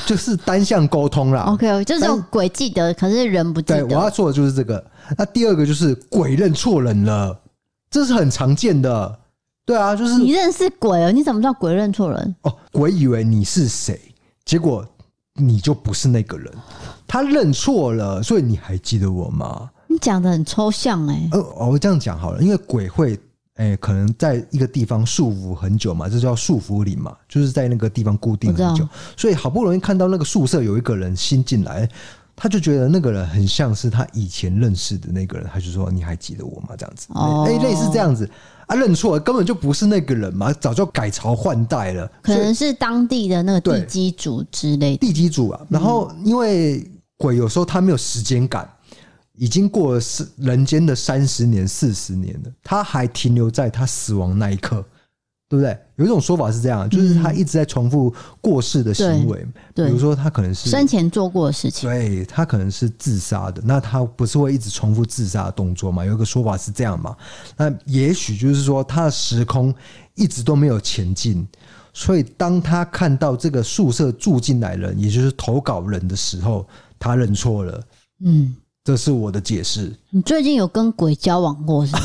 [SPEAKER 2] 就是单向沟通啦。
[SPEAKER 1] ，OK，就是这种鬼记得，可是人不记
[SPEAKER 2] 对，我要
[SPEAKER 1] 得。
[SPEAKER 2] 做的就是这个。那第二个就是鬼认错人了，这是很常见的。对啊，就是
[SPEAKER 1] 你认识鬼哦？你怎么知道鬼认错人？
[SPEAKER 2] 哦，鬼以为你是谁，结果你就不是那个人，他认错了，所以你还记得我吗？
[SPEAKER 1] 你讲的很抽象哎、
[SPEAKER 2] 呃，哦我这样讲好了，因为鬼会，哎、可能在一个地方束缚很久嘛，这叫束缚灵嘛，就是在那个地方固定很
[SPEAKER 1] 我知
[SPEAKER 2] 久
[SPEAKER 1] 道，
[SPEAKER 2] 所以好不容易看到那个宿舍有一个人新进来。他就觉得那个人很像是他以前认识的那个人，他就说：“你还记得我吗？”这样子，哎、
[SPEAKER 1] 哦
[SPEAKER 2] 类似这样子啊，认错了根本就不是那个人嘛，早就改朝换代了，
[SPEAKER 1] 可能是当地的那个
[SPEAKER 2] 对
[SPEAKER 1] 地基主之类的。
[SPEAKER 2] 地基组啊，然后因为鬼有时候他没有时间感，已经过了是人间的三十年、四十年了，他还停留在他死亡那一刻，对不对？有一种说法是这样，就是他一直在重复过世的行为，
[SPEAKER 1] 嗯对
[SPEAKER 2] 比如说他可能是
[SPEAKER 1] 生前做过的事情，
[SPEAKER 2] 对他可能是自杀的，那他不是会一直重复自杀的动作嘛？有一个说法是这样嘛？那也许就是说他的时空一直都没有前进，所以当他看到这个宿舍住进来人，也就是投稿人的时候，他认错了。
[SPEAKER 1] 嗯，
[SPEAKER 2] 这是我的解释。
[SPEAKER 1] 你最近有跟鬼交往过是吗？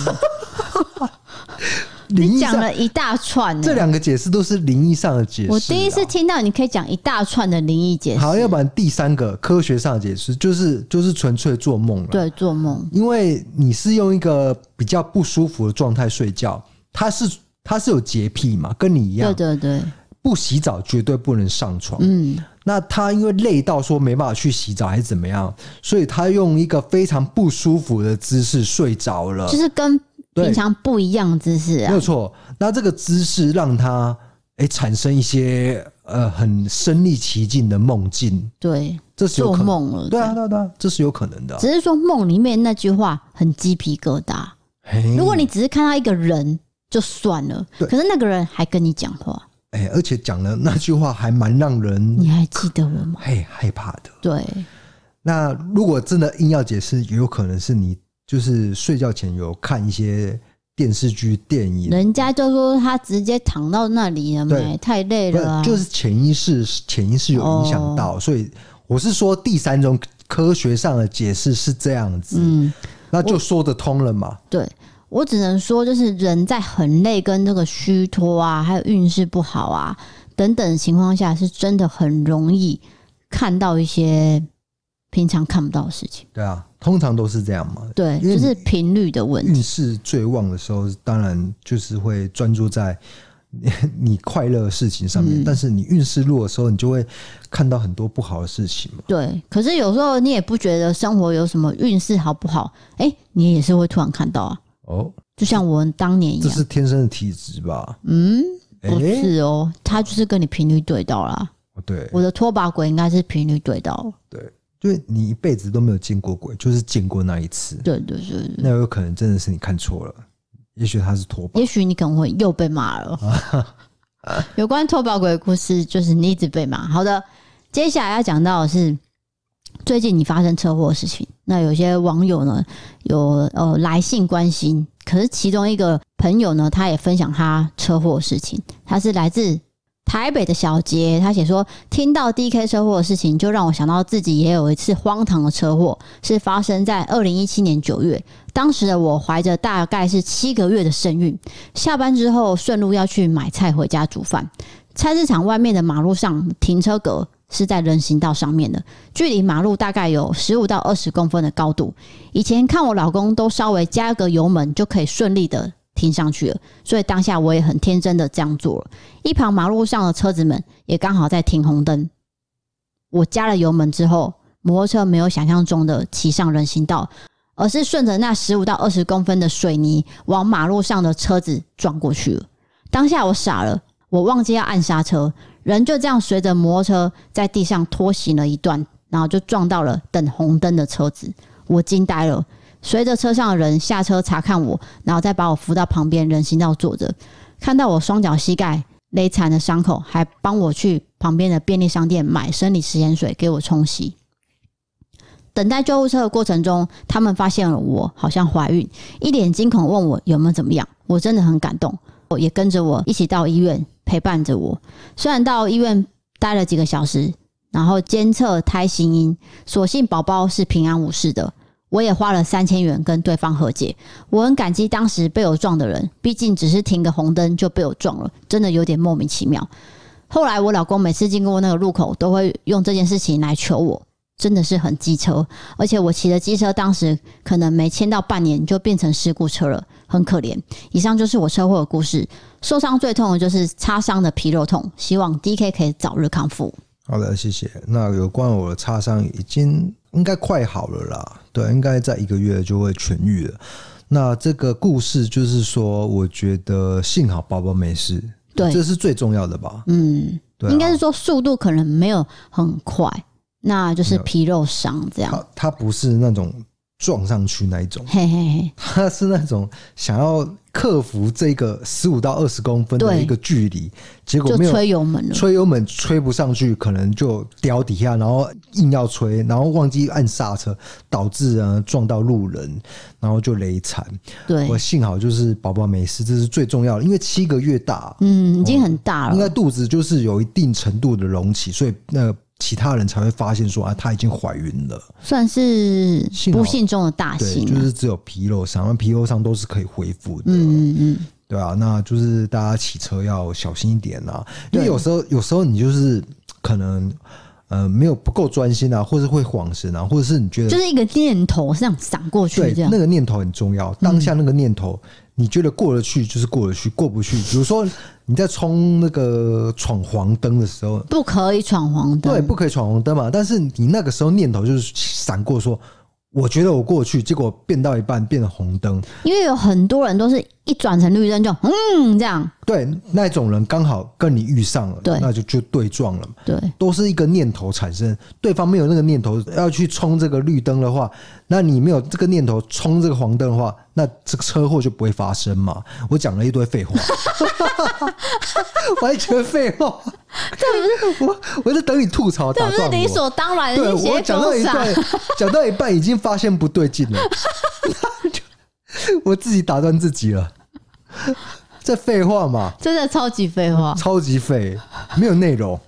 [SPEAKER 2] 灵
[SPEAKER 1] 你
[SPEAKER 2] 异
[SPEAKER 1] 讲
[SPEAKER 2] 上
[SPEAKER 1] 了一大串、
[SPEAKER 2] 这
[SPEAKER 1] 欸，
[SPEAKER 2] 两个解释都是灵异上的解释啊。
[SPEAKER 1] 我第一次听到你可以讲一大串的灵异解释，
[SPEAKER 2] 好，要不然第三个科学上的解释就是就是纯粹做梦了。
[SPEAKER 1] 对，做梦，
[SPEAKER 2] 因为你是用一个比较不舒服的状态睡觉，他是他是有洁癖嘛，跟你一
[SPEAKER 1] 对
[SPEAKER 2] 样，
[SPEAKER 1] 对对，
[SPEAKER 2] 不洗澡绝对不能上床。
[SPEAKER 1] 嗯，
[SPEAKER 2] 那他因为累到说没办法去洗澡还是怎么样，所以他用一个非常不舒服的姿势睡着了，
[SPEAKER 1] 就是啊跟
[SPEAKER 2] 呃对
[SPEAKER 1] 平常不一样的姿势
[SPEAKER 2] 没
[SPEAKER 1] 啊
[SPEAKER 2] 有，错。那这个姿势让他诶、产生一些呃很身临其境的梦境，
[SPEAKER 1] 对，
[SPEAKER 2] 这是有
[SPEAKER 1] 做
[SPEAKER 2] 可能。
[SPEAKER 1] 梦了，
[SPEAKER 2] 对啊，对啊，对啊，这是有可能的啊、
[SPEAKER 1] 只是说梦里面那句话很鸡皮疙瘩。
[SPEAKER 2] 嘿
[SPEAKER 1] 如果你只是看到一个人就算了，
[SPEAKER 2] 嗯对
[SPEAKER 1] 可是那个人还跟你讲话，
[SPEAKER 2] 哎、而且讲了那句话还蛮让人
[SPEAKER 1] 你还记得我吗？
[SPEAKER 2] 嘿害怕的。
[SPEAKER 1] 对，
[SPEAKER 2] 嗯那如果真的硬要解释，也有可能是你就是睡觉前有看一些电视剧、电影，
[SPEAKER 1] 人家就说他直接躺到那里了没，
[SPEAKER 2] 对
[SPEAKER 1] 太累
[SPEAKER 2] 不
[SPEAKER 1] 了
[SPEAKER 2] 是
[SPEAKER 1] 啊，嗯
[SPEAKER 2] 就是潜意识潜意识有影响到，所以我是说第三种科学上的解释是这样子，
[SPEAKER 1] 嗯，
[SPEAKER 2] 那就说得通了嘛。
[SPEAKER 1] 对我只能说，就是人在很累、跟这个虚脱啊，还有运势不好啊等等情况下，是真的很容易看到一些平常看不到的事情。
[SPEAKER 2] 对啊，通常都是这样嘛。
[SPEAKER 1] 对，
[SPEAKER 2] 因为
[SPEAKER 1] 就是频率的问题。
[SPEAKER 2] 运势最旺的时候，当然就是会专注在你快乐的事情上面，
[SPEAKER 1] 嗯
[SPEAKER 2] 但是你运势弱的时候，你就会看到很多不好的事情嘛。
[SPEAKER 1] 对，可是有时候你也不觉得生活有什么运势好不好，哎、你也是会突然看到啊，
[SPEAKER 2] 哦，
[SPEAKER 1] 就像我当年一
[SPEAKER 2] 这
[SPEAKER 1] 样
[SPEAKER 2] 是。天生的体质吧？
[SPEAKER 1] 嗯，
[SPEAKER 2] 哎
[SPEAKER 1] 不是哦，他就是跟你频率对到啦。
[SPEAKER 2] 哦对，
[SPEAKER 1] 我的拖把鬼应该是频率对到了。
[SPEAKER 2] 对，就是你一辈子都没有见过鬼，就是见过那一次，
[SPEAKER 1] 对对对对，
[SPEAKER 2] 那有可能真的是你看错了，也许他是拖把
[SPEAKER 1] 也。许你可能会又被骂了。有关偷宝鬼的故事，就是你一直被骂。好的，接下来要讲到的是最近你发生车祸的事情。那有些网友呢有呃来信关心，可是其中一个朋友呢，他也分享他车祸的事情。他是来自台北的小杰，他写说听到 DK 车祸的事情，就让我想到自己也有一次荒唐的车祸，是发生在二零一七年九月。当时的我怀着大概是七个月的身孕，下班之后顺路要去买菜回家煮饭。菜市场外面的马路上停车格是在人行道上面的，距离马路大概有十五到二十公分的高度。以前看我老公都稍微加个油门就可以顺利的停上去了，所以当下我也很天真的这样做了。一旁马路上的车子们也刚好在停红灯，我加了油门之后，摩托车没有想象中的骑上人行道，而是顺着那十五到二十公分的水泥往马路上的车子撞过去了。当下我傻了，我忘记要按刹车，人就这样随着摩托车在地上拖行了一段，然后就撞到了等红灯的车子。我惊呆了，随着车上的人下车查看我，然后再把我扶到旁边人行道坐着，看到我双脚膝盖勒残的伤口，还帮我去旁边的便利商店买生理食盐水给我冲洗。等待救护车的过程中，他们发现了我好像怀孕，一脸惊恐问我有没有怎么样。我真的很感动，我也跟着我一起到医院陪伴着我。虽然到医院待了几个小时，然后监测胎心音，所幸宝宝是平安无事的。我也花了三千元跟对方和解，我很感激当时被我撞的人，毕竟只是停个红灯就被我撞了，真的有点莫名其妙。后来我老公每次经过那个路口，都会用这件事情来求我，真的是很机车。而且我骑的机车当时可能没签到半年就变成事故车了，很可怜。以上就是我车祸的故事，受伤最痛的就是擦伤的皮肉痛，希望 D K 可以早日康复。
[SPEAKER 2] 好的，谢谢。那有关我的擦伤已经应该快好了啦，对，应该在一个月就会痊愈了。那这个故事就是说，我觉得幸好宝宝没事，
[SPEAKER 1] 对
[SPEAKER 2] 这是最重要的吧？
[SPEAKER 1] 嗯，
[SPEAKER 2] 对啊、
[SPEAKER 1] 应该是说速度可能
[SPEAKER 2] 啊
[SPEAKER 1] 没有很快，那就是皮肉伤这样。
[SPEAKER 2] 他他不是那种撞上去那一种，
[SPEAKER 1] 嘿嘿嘿，
[SPEAKER 2] 他是那种想要克服这个十五到二十公分的
[SPEAKER 1] 对
[SPEAKER 2] 一个距离，结果
[SPEAKER 1] 就
[SPEAKER 2] 没有
[SPEAKER 1] 吹油门了。
[SPEAKER 2] 吹油门吹不上去，可能就掉底下，然后硬要吹，然后忘记按刹车，导致啊撞到路人，然后就雷惨。
[SPEAKER 1] 对
[SPEAKER 2] 我，幸好就是宝宝没事，这是最重要的，因为七个月大，
[SPEAKER 1] 嗯，已经很大
[SPEAKER 2] 应
[SPEAKER 1] 了。
[SPEAKER 2] 该肚子就是有一定程度的隆起，所以那个其他人才会发现说啊，她已经怀孕了。
[SPEAKER 1] 算是
[SPEAKER 2] 幸好
[SPEAKER 1] 不幸中的大
[SPEAKER 2] 对，
[SPEAKER 1] 幸、啊。
[SPEAKER 2] 就是只有皮肉伤，那皮肉伤都是可以恢复的。
[SPEAKER 1] 嗯嗯
[SPEAKER 2] 对啊，那就是大家骑车要小心一点啊，因
[SPEAKER 1] 对
[SPEAKER 2] 为有时候有时候你就是可能呃没有不够专心啊，或是会晃神啊，或者是你觉
[SPEAKER 1] 嗯，就
[SPEAKER 2] 得
[SPEAKER 1] 是一个念头这样闪过去，
[SPEAKER 2] 对
[SPEAKER 1] 这样嗯
[SPEAKER 2] 那个念头很重要，当下那个念头。你觉得过得去就是过得去，过不去，比如说你在冲那个闯黄灯的时候，
[SPEAKER 1] 不可以闯黄灯。
[SPEAKER 2] 对，不可以闯红灯嘛。但是你那个时候念头就是闪过说，我觉得我过去，结果变到一半变成红灯，
[SPEAKER 1] 因为有很多人都是一转成绿灯就嗯这样，
[SPEAKER 2] 对，那种人刚好跟你遇上了，
[SPEAKER 1] 对
[SPEAKER 2] 那就就对撞了嘛。
[SPEAKER 1] 对
[SPEAKER 2] 都是一个念头产生，对方没有那个念头要去冲这个绿灯的话，那你没有这个念头冲这个黄灯的话，那这个车祸就不会发生嘛。我讲了一堆废话，完全废话，这不是我，我在等你吐槽，
[SPEAKER 1] 这
[SPEAKER 2] 打
[SPEAKER 1] 不
[SPEAKER 2] 断
[SPEAKER 1] 是
[SPEAKER 2] 我。
[SPEAKER 1] 理所当然
[SPEAKER 2] 对
[SPEAKER 1] 的，你
[SPEAKER 2] 我
[SPEAKER 1] 写
[SPEAKER 2] 讲到
[SPEAKER 1] 狗
[SPEAKER 2] 一
[SPEAKER 1] 傻
[SPEAKER 2] 半，讲到一半已经发现不对劲了， 我自己打断自己了， 这废话嘛，
[SPEAKER 1] 真的超级废话。
[SPEAKER 2] 超级废，没有内容。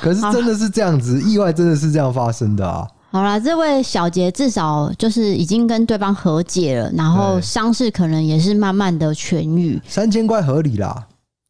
[SPEAKER 2] 可是真的是这样子，意外真的是这样发生的啊！
[SPEAKER 1] 好啦，这位小杰至少就是已经跟对方和解了，然后
[SPEAKER 2] 对
[SPEAKER 1] 伤势可能也是慢慢的痊愈，
[SPEAKER 2] 三千块合理啦，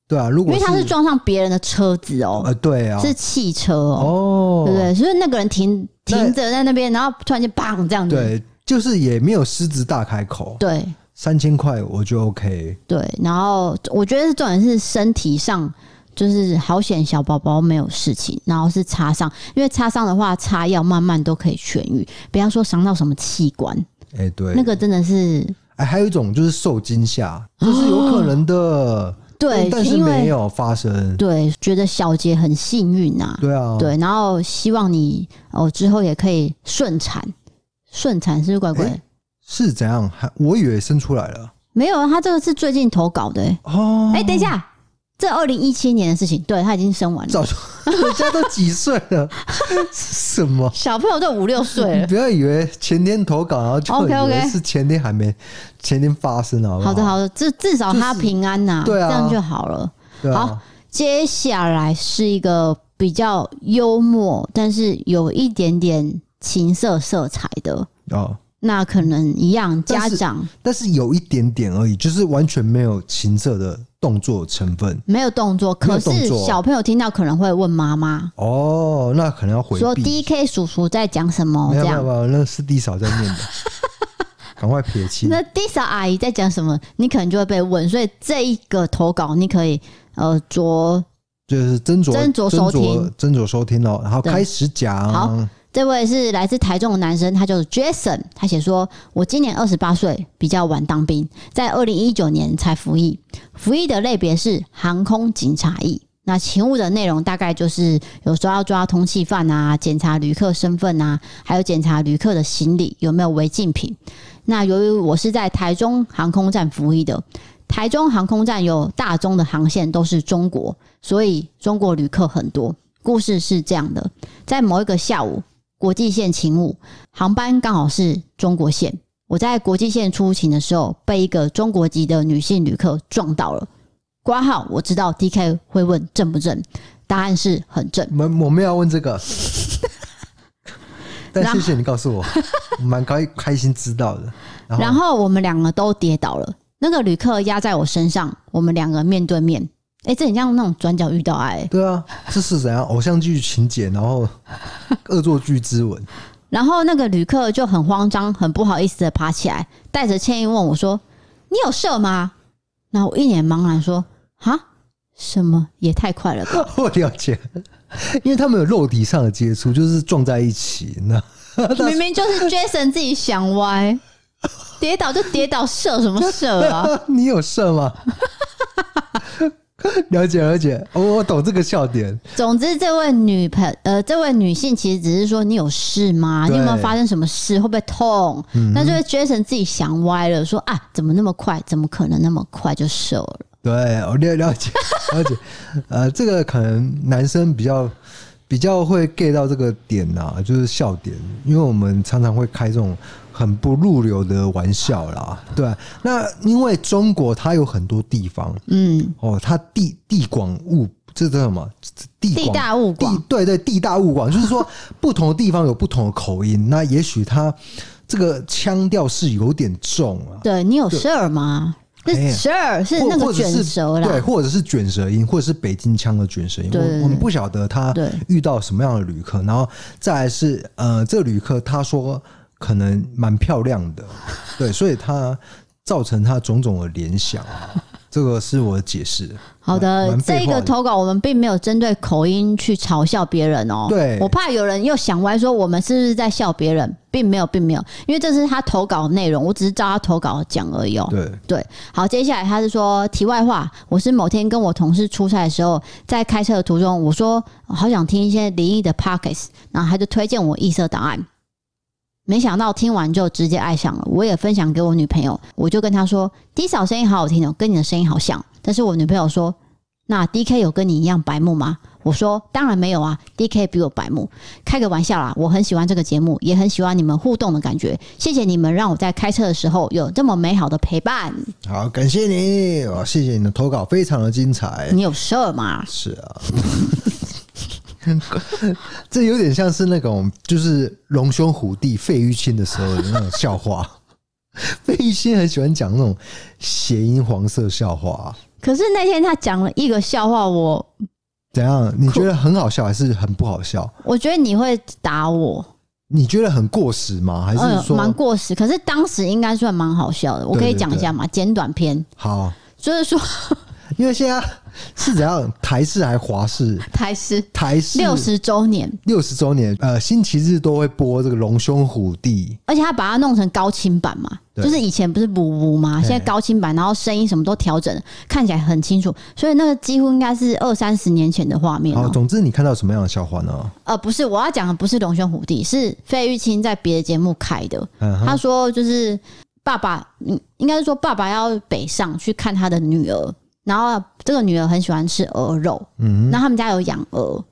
[SPEAKER 2] 对啊，如
[SPEAKER 1] 因
[SPEAKER 2] 果
[SPEAKER 1] 为他是撞上别人的车子哦、
[SPEAKER 2] 呃，对啊，
[SPEAKER 1] 是汽车哦、
[SPEAKER 2] 哦，
[SPEAKER 1] 对不对？所以那个人停
[SPEAKER 2] 那
[SPEAKER 1] 停着在那边，然后突然间砰这样子，
[SPEAKER 2] 对就是也没有狮子大开口，
[SPEAKER 1] 对
[SPEAKER 2] 三千块我就 OK，
[SPEAKER 1] 对，然后我觉得是重点是身体上，就是好险小宝宝没有事情，然后是擦伤，因为擦伤的话，擦药慢慢都可以痊愈，不要说伤到什么器官，
[SPEAKER 2] 哎、对，
[SPEAKER 1] 那个真的是
[SPEAKER 2] 哎，还有一种就是受惊吓，就是有可能的，
[SPEAKER 1] 哦对，
[SPEAKER 2] 但是
[SPEAKER 1] 因
[SPEAKER 2] 没
[SPEAKER 1] 为
[SPEAKER 2] 有发生，
[SPEAKER 1] 对，觉得小杰很幸运呐、
[SPEAKER 2] 对啊，
[SPEAKER 1] 对，然后希望你哦之后也可以顺产，顺产是不是乖乖？
[SPEAKER 2] 诶是怎样？还我以为生出来了
[SPEAKER 1] 没有，啊，他这个是最近投稿的、欸。
[SPEAKER 2] 哦，
[SPEAKER 1] 哎、等一下，这二零一七年的事情，对他已经生完了，
[SPEAKER 2] 早就 人家都几岁了，什么？
[SPEAKER 1] 小朋友都五六岁
[SPEAKER 2] 你
[SPEAKER 1] 了。
[SPEAKER 2] 不要以为前天投稿，然后就以
[SPEAKER 1] OK，OK
[SPEAKER 2] 为是前天还没，前天发生，好不
[SPEAKER 1] 好的，好的，至至少他
[SPEAKER 2] 就是
[SPEAKER 1] 平安呐、
[SPEAKER 2] 对啊
[SPEAKER 1] 这样就好了。
[SPEAKER 2] 对啊，
[SPEAKER 1] 好接下来是一个比较幽默，但是有一点点情色色彩的，
[SPEAKER 2] 哦，
[SPEAKER 1] 那可能一样，
[SPEAKER 2] 但
[SPEAKER 1] 家
[SPEAKER 2] 是
[SPEAKER 1] 长
[SPEAKER 2] 但是有一点点而已，就是完全没有情色的动作成分
[SPEAKER 1] 没有动作，
[SPEAKER 2] 没
[SPEAKER 1] 可
[SPEAKER 2] 有动
[SPEAKER 1] 是
[SPEAKER 2] 作
[SPEAKER 1] 小朋友听到可能会问妈妈
[SPEAKER 2] 哦，那可能要回
[SPEAKER 1] 说
[SPEAKER 2] 避。
[SPEAKER 1] ：“D K 叔叔在讲什么？”
[SPEAKER 2] 没有
[SPEAKER 1] 这
[SPEAKER 2] 没有
[SPEAKER 1] 样
[SPEAKER 2] 没，有，那是地嫂在 念的，赶快撇清。
[SPEAKER 1] 那 D 嫂阿姨在讲什么？你可能就会被问。所以这一个投稿，你可以呃着
[SPEAKER 2] 就是斟酌
[SPEAKER 1] 斟酌收听
[SPEAKER 2] 斟酌斟酌收听哦。好，
[SPEAKER 1] 对
[SPEAKER 2] 开始讲。
[SPEAKER 1] 好，这位是来自台中的男生，他叫做 Jason，他写说：“我今年二十八岁，比较晚当兵，在二零一九年才服役。服役的类别是航空警察役。那勤务的内容大概就是有时候要抓通缉犯啊，检查旅客身份啊，还有检查旅客的行李有没有违禁品。那由于我是在台中航空站服役的，台中航空站有大宗的航线都是中国，所以中国旅客很多。故事是这样的，在某一个下午，国际线勤务，航班刚好是中国线。我在国际线出勤的时候，被一个中国籍的女性旅客撞到了。挂号，我知道 D K 会问正不正，答案是很正。
[SPEAKER 2] 我们我们要问这 个，但
[SPEAKER 1] 然后
[SPEAKER 2] 谢谢你告 诉我，我蛮开开心知道的。然后
[SPEAKER 1] 然后我们两个都跌倒了，那个旅客压在我身上，我们两个面对面。哎、这很像那种转角遇到爱、
[SPEAKER 2] 对啊，这是怎样偶像剧情节，然后恶作剧之吻，
[SPEAKER 1] 然后那个旅客就很慌张、很不好意思的爬起来，带着歉意问我说：“你有射吗？”那我一脸茫然说：“啊，什么？也太快了吧！”
[SPEAKER 2] 我了解，因为他们有肉体上的接触，就是撞在一起， 那
[SPEAKER 1] 明明就是 Jason 自己想歪，呃 跌倒就跌倒，射什么射啊？
[SPEAKER 2] 你有射吗？了解了解，我我懂这个笑点。
[SPEAKER 1] 总之，这位女朋呃，这位女性其实只是说你有事吗？你有没有
[SPEAKER 2] 对嗯
[SPEAKER 1] 发生什么事？会不会痛？那就是 Jason 自己想歪了，说啊，怎么那么快？怎么可能那么快就瘦了？
[SPEAKER 2] 对，我了 了解了解，呃，这个可能男生比较比较会 get 到这个点呐、就是笑点，因为我们常常会开这种很不入流的玩笑啦。
[SPEAKER 1] 嗯
[SPEAKER 2] 对，啊那因为中国它有很多地方
[SPEAKER 1] 嗯，
[SPEAKER 2] 哦，它地地广物这叫什么？地
[SPEAKER 1] 地
[SPEAKER 2] 广
[SPEAKER 1] 大物
[SPEAKER 2] 地
[SPEAKER 1] 广，
[SPEAKER 2] 对对地大物广，就是说不同的地方有不同的口音，那也许他这个腔调是有点重啊，
[SPEAKER 1] 对你有事儿吗？
[SPEAKER 2] 哎
[SPEAKER 1] 是事儿是
[SPEAKER 2] 或
[SPEAKER 1] 那个
[SPEAKER 2] 或者
[SPEAKER 1] 卷
[SPEAKER 2] 是
[SPEAKER 1] 舌
[SPEAKER 2] 对，
[SPEAKER 1] 啦，
[SPEAKER 2] 或者是卷舌音，或者是北京腔的卷舌音。
[SPEAKER 1] 对对对
[SPEAKER 2] 我我们不晓得他
[SPEAKER 1] 对
[SPEAKER 2] 遇到什么样的旅客，然后再来是呃，这个旅客他说可能蛮漂亮的，对，所以他造成他种种的联想啊，这个是我的解释。
[SPEAKER 1] 好的
[SPEAKER 2] 蛮，蛮
[SPEAKER 1] 这
[SPEAKER 2] 废话
[SPEAKER 1] 个
[SPEAKER 2] 的
[SPEAKER 1] 投稿我们并没有针对口音去嘲笑别人哦。
[SPEAKER 2] 对
[SPEAKER 1] 我怕有人又想歪说我们是不是在笑别人，并没有，并没有，因为这是他投稿内容，我只是照他投稿讲而已哦。
[SPEAKER 2] 对，
[SPEAKER 1] 对，好，接下来他是说题外话，我是某天跟我同事出差的时候，在开车的途中，我说好想听一些灵异的 pockets，然后他就推荐我异色档案。没想到听完就直接爱上了，我也分享给我女朋友，我就跟她说：“D 嫂声音好好听哦，跟你的声音好像。”但是我女朋友说：“那 D K 有跟你一样白目吗？”我说：“当然没有啊，D K 比我白目。”开个玩笑啦，我很喜欢这个节目，也很喜欢你们互动的感觉，谢谢你们让我在开车的时候有这么美好的陪伴。
[SPEAKER 2] 好，感谢你，哦，谢谢你的投稿，非常的精彩。
[SPEAKER 1] 你有事儿吗？
[SPEAKER 2] 是啊， 这有点像是那种就是龙兄虎弟费玉清的时候的那种笑话。 费玉清很喜欢讲那种谐音黄色笑话，啊
[SPEAKER 1] 可是那天他讲了一个笑话，我
[SPEAKER 2] 怎样？你觉得很好笑还是很不好笑？
[SPEAKER 1] 我觉得你会打我，嗯
[SPEAKER 2] 你觉得很过时吗？还是
[SPEAKER 1] 呃
[SPEAKER 2] 说、
[SPEAKER 1] 蛮、过时。可是当时应该算蛮好笑的，我可以
[SPEAKER 2] 对对
[SPEAKER 1] 讲一下嘛，简短篇，
[SPEAKER 2] 好？
[SPEAKER 1] 就是说
[SPEAKER 2] 因为现在是怎样？台式还华式？
[SPEAKER 1] 台是
[SPEAKER 2] 台式
[SPEAKER 1] 六十周年，
[SPEAKER 2] 六十周年，呃，星期日都会播这个龙兄虎弟，
[SPEAKER 1] 而且他把它弄成高清版嘛，
[SPEAKER 2] 对
[SPEAKER 1] 就是以前不是补补嘛，
[SPEAKER 2] 嘿
[SPEAKER 1] 现在高清版，然后声音什么都调整，看起来很清楚，所以那个几乎应该是二三十年前的画面、
[SPEAKER 2] 好，
[SPEAKER 1] 哦。
[SPEAKER 2] 总之你看到什么样的笑话呢？
[SPEAKER 1] 呃，不是，我要讲的不是龙兄虎弟，是费玉清在别的节目开的，
[SPEAKER 2] 嗯哼，
[SPEAKER 1] 他说就是爸爸，嗯，应该是说爸爸要北上去看他的女儿，然后这个女儿很喜欢吃鹅肉，
[SPEAKER 2] 嗯
[SPEAKER 1] 那他们家有养鹅，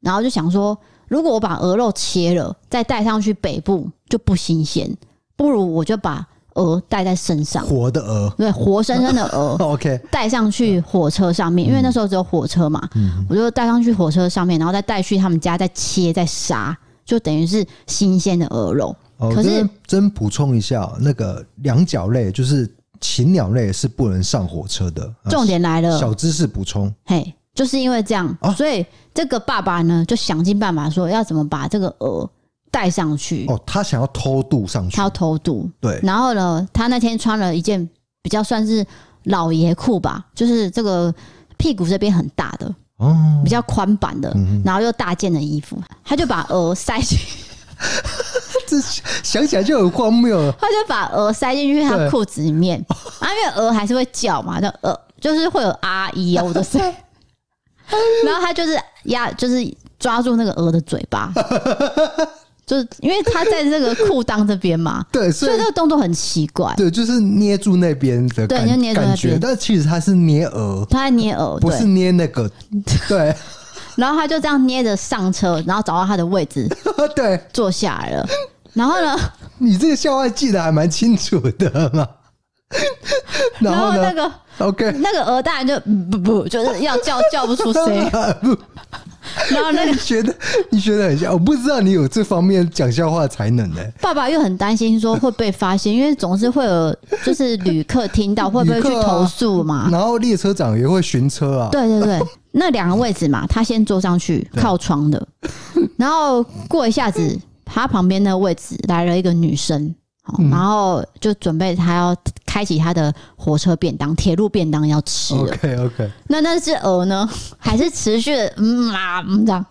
[SPEAKER 1] 然后就想说，如果我把鹅肉切了，再带上去北部就不新鲜，不如我就把鹅带在身上
[SPEAKER 2] 哼，，活的鹅。
[SPEAKER 1] 对，活生生的鹅
[SPEAKER 2] 哦 OK，
[SPEAKER 1] 带上去火车上面，因为那时候只有火车嘛，
[SPEAKER 2] 嗯
[SPEAKER 1] 我就带上去火车上面，然后再带去他们家再切再杀，就等于是新鲜的鹅肉。
[SPEAKER 2] 哦，
[SPEAKER 1] 可
[SPEAKER 2] 可
[SPEAKER 1] 是
[SPEAKER 2] 是真补充一下，那个两脚类就是禽鸟类是不能上火车的。啊
[SPEAKER 1] 重点来了，
[SPEAKER 2] 小知识补充，
[SPEAKER 1] 嘿，就是因为这样，
[SPEAKER 2] 啊
[SPEAKER 1] 所以这个爸爸呢就想尽办法说要怎么把这个鹅带上去，
[SPEAKER 2] 哦，他想要偷渡上去
[SPEAKER 1] 他，要偷渡。
[SPEAKER 2] 对，
[SPEAKER 1] 然后呢，他那天穿了一件比较算是老爷裤吧，就是这个屁股这边很大的，
[SPEAKER 2] 哦，
[SPEAKER 1] 比较宽版的，
[SPEAKER 2] 嗯
[SPEAKER 1] 然后又大件的衣服，他就把鹅塞进，。
[SPEAKER 2] 这想起来就很荒谬了
[SPEAKER 1] 他就把鹅塞进去他
[SPEAKER 2] 对
[SPEAKER 1] 裤子里面，啊，因为鹅还是会叫嘛，就鹅就是会有阿姨啊，我的 塞，然后他就是压，就是抓住那个鹅的嘴 巴，就是因为他在这个裤裆这边嘛，
[SPEAKER 2] 对，所
[SPEAKER 1] 所以
[SPEAKER 2] 以
[SPEAKER 1] 这个动作很奇怪，
[SPEAKER 2] 对，就是捏住那边的
[SPEAKER 1] 对
[SPEAKER 2] 感
[SPEAKER 1] 就捏住那
[SPEAKER 2] 感觉，
[SPEAKER 1] 边
[SPEAKER 2] 但其实他是捏鹅，
[SPEAKER 1] 他在捏鹅，
[SPEAKER 2] 不是
[SPEAKER 1] 对，
[SPEAKER 2] 捏那 个，对
[SPEAKER 1] 然后他就这样捏着上车，然后找到他的位置
[SPEAKER 2] 对，
[SPEAKER 1] 坐下来 了，然后呢，
[SPEAKER 2] 你这个笑话记得还蛮清楚的嘛。 然
[SPEAKER 1] 然
[SPEAKER 2] 后
[SPEAKER 1] 后那
[SPEAKER 2] 呢
[SPEAKER 1] 个。
[SPEAKER 2] ？OK，
[SPEAKER 1] 那个鹅当然就嗯不不，就是要叫叫不出 声，然后那个
[SPEAKER 2] 你学的，你学的很像，我不知道你有这方面讲笑话才能呢、
[SPEAKER 1] 爸爸又很担心说会被发现，因为总是会有就是旅客听到，会不会去
[SPEAKER 2] 旅客啊
[SPEAKER 1] 投诉嘛？
[SPEAKER 2] 然后列车长也会巡车啊，
[SPEAKER 1] 对对对，那两个位置嘛，他先坐上去靠窗 的，然后过一下子，他旁边的位置来了一个女生，好
[SPEAKER 2] 嗯
[SPEAKER 1] 然后就准备他要开启他的火车便当、铁路便当要吃了。
[SPEAKER 2] OK OK，
[SPEAKER 1] 那那只鹅呢，还是持续的嗯啊嗯这 样？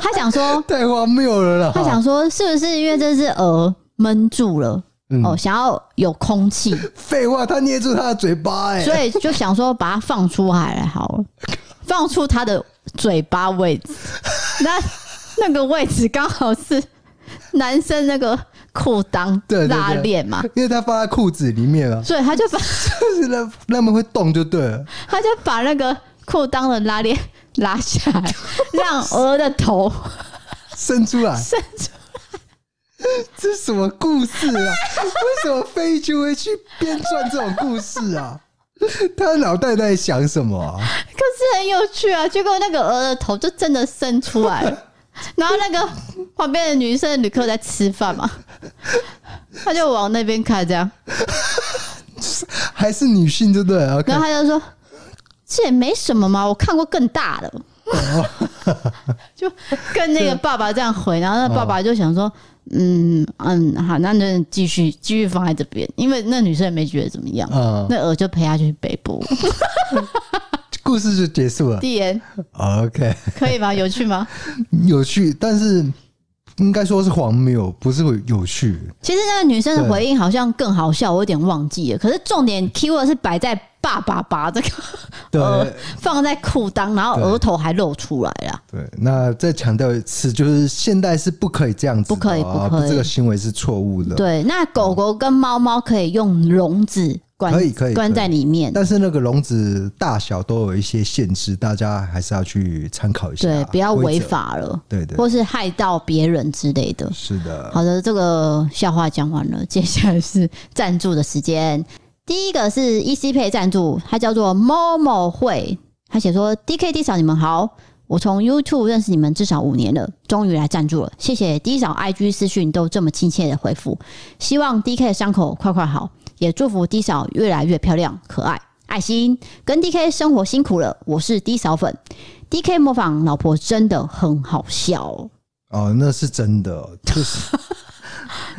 [SPEAKER 1] 他想说，
[SPEAKER 2] 太荒谬了啦！
[SPEAKER 1] 他想说，是不是因为这只鹅闷住了，
[SPEAKER 2] 嗯
[SPEAKER 1] 哦，想要有空 气，
[SPEAKER 2] 废话，他捏住他的嘴巴、欸，
[SPEAKER 1] 所以就想说把它放出海来好了，放出它的嘴巴位 置，那那个位置刚好是男生那个裤裆
[SPEAKER 2] 对对对
[SPEAKER 1] 拉链嘛，
[SPEAKER 2] 因为他放在裤子里面 了，
[SPEAKER 1] 所以他就把
[SPEAKER 2] 就是那那么会动就对了。
[SPEAKER 1] 他就把那个裤裆的拉链拉下 来，让鹅的头
[SPEAKER 2] 伸出 来，
[SPEAKER 1] 伸出。
[SPEAKER 2] 这是什么故事啊？为什么飞机会去编撰这种故事啊？他脑袋在想什么啊？
[SPEAKER 1] 可是很有趣啊！结果那个鹅的头就真的伸出来了，然后那个旁边的女生的旅客在吃饭嘛，他就往那边看，这样，
[SPEAKER 2] 还是女性就对了。OK，
[SPEAKER 1] 然后他就说：“这也没什么嘛，我看过更大的。” 就跟那个爸爸这样回，然后那爸爸就想说：“嗯嗯，好，那那继续继续放在这边，因为那女生也没觉得怎么样，
[SPEAKER 2] 嗯
[SPEAKER 1] 那鹅就陪他去北部。
[SPEAKER 2] 故事就结束了。
[SPEAKER 1] 地缘
[SPEAKER 2] OK，
[SPEAKER 1] 可以吗？有趣吗？
[SPEAKER 2] 有趣，但是应该说是荒谬，不是有趣。
[SPEAKER 1] 其实那个女生的回应好像更好笑，我有点忘记了。可是重
[SPEAKER 2] 嗯
[SPEAKER 1] 点 keyword 是摆在“爸爸把”这个
[SPEAKER 2] 对、
[SPEAKER 1] 呃放在裤裆，然后额头还露出来了。
[SPEAKER 2] 对，那再强调一次，就是现代是不可以这样子的啊，
[SPEAKER 1] 不可以不可以
[SPEAKER 2] 这个行为是错误的。，
[SPEAKER 1] 对，那狗狗跟猫猫可以用笼子关，
[SPEAKER 2] 可以可以
[SPEAKER 1] 关在里面。
[SPEAKER 2] 但是那个笼子大小都有一些限制，大家还是要去参考一下，
[SPEAKER 1] 对，不要
[SPEAKER 2] 规则
[SPEAKER 1] 违。法了，
[SPEAKER 2] 对对，
[SPEAKER 1] 或是害到别人之类的。
[SPEAKER 2] 是的，
[SPEAKER 1] 好的，这个笑话讲完了，接下来是赞助的时间。第一个是 EC 配赞助，它叫做 Momo 会，他写说 DK D 嫂你们好，我从 YouTube 认识你们至少五年了，终于来赞助了，谢谢 D 嫂 IG 私讯都这么亲切的回复，希望 DK 的伤口快快好，也祝福 D 嫂越来越漂亮可爱。爱心跟 DK 生活辛苦了，我是 D 嫂粉，DK 模仿老婆真的很好笑哦，
[SPEAKER 2] 哦，那是真的，就是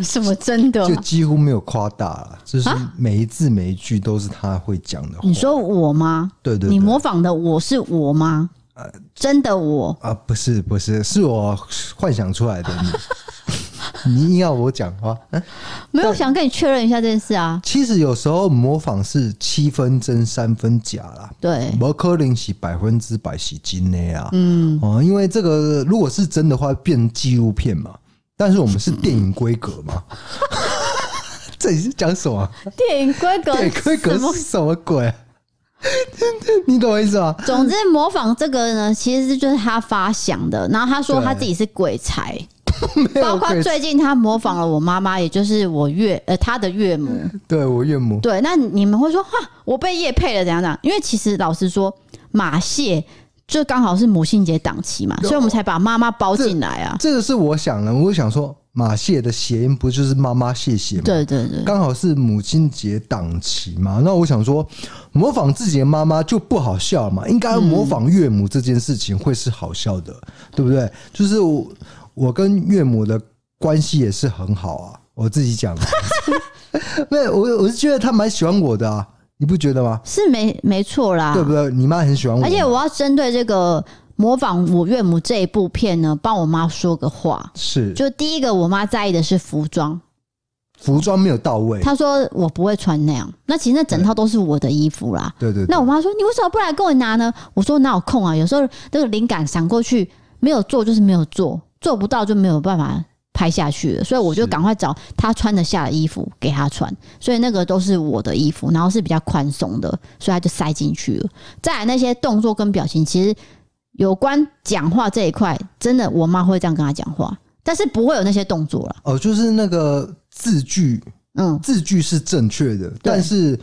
[SPEAKER 1] 什么真的啊
[SPEAKER 2] 就几乎没有夸大了，就是每一字每一句都是他会讲的话。
[SPEAKER 1] 你说我吗？
[SPEAKER 2] 对对对呃
[SPEAKER 1] 你模仿的我是我吗？真的我
[SPEAKER 2] 啊？不是不是，是我幻想出来的你， 你硬要我讲话。嗯
[SPEAKER 1] 没有想跟你确认一下这件事啊。
[SPEAKER 2] 其实有时候模仿是七分真三分假啦，
[SPEAKER 1] 对，
[SPEAKER 2] 不可能是百分之百是真的啊。嗯，哦，因为这个如果是真的话，变纪录片嘛。但是我们是电影规格嘛。 这里是讲什么？
[SPEAKER 1] 电影规格
[SPEAKER 2] 电影规格
[SPEAKER 1] 什 么
[SPEAKER 2] 是什么鬼、你懂我意思吗？
[SPEAKER 1] 总之，模仿这个呢，其实就是他发想的。然后他说
[SPEAKER 2] 对
[SPEAKER 1] 他自己是鬼才，
[SPEAKER 2] 没
[SPEAKER 1] 包
[SPEAKER 2] 有
[SPEAKER 1] 括
[SPEAKER 2] 鬼，
[SPEAKER 1] 最近他模仿了我妈妈，也就是我岳呃他的岳母。
[SPEAKER 2] 对我岳母，
[SPEAKER 1] 对，那你们会说哈，我被叶配了怎样怎样？因为其实老实说，马蟹就刚好是母亲节档期嘛，所以我们才把妈妈包进来啊。
[SPEAKER 2] 这个是我想的。我想说，马蟹的谐音不就是妈妈谢谢吗？
[SPEAKER 1] 对对对，
[SPEAKER 2] 刚好是母亲节档期嘛，那我想说，模仿自己的妈妈就不好笑嘛，应该模仿岳母这件事情会是好笑的，对不对？就是我我跟岳母的关系也是很好啊，我自 己讲的，没有我我是觉得她蛮喜欢我的啊，你不觉得吗？
[SPEAKER 1] 是没没错啦。
[SPEAKER 2] 对不对？你妈很喜欢我，
[SPEAKER 1] 啊而且我要针对这个模仿我岳母这一部片呢，帮我妈说个话。
[SPEAKER 2] 是
[SPEAKER 1] 就第一个，我妈在意的是服装，
[SPEAKER 2] 服装没有到位，
[SPEAKER 1] 她说我不会穿那样。那其实那整套都是我的衣服啦。
[SPEAKER 2] 对对对，
[SPEAKER 1] 那我妈说你为什么不来跟我拿呢？我说哪有空啊？有时候那个灵感闪过去，没有做就是没有做，做不到就没有办法拍下去了。所以我就是赶快找她穿得下的衣服给她穿。所以那个都是我的衣服，然后是比较宽松的，所以她就塞进去了。再来那些动作跟表情，其实有关讲话这一块，真的我妈会这样跟她讲话，但是不会有那些动作了。
[SPEAKER 2] 哦，就是那个字句
[SPEAKER 1] 嗯，
[SPEAKER 2] 字句是正确的，但是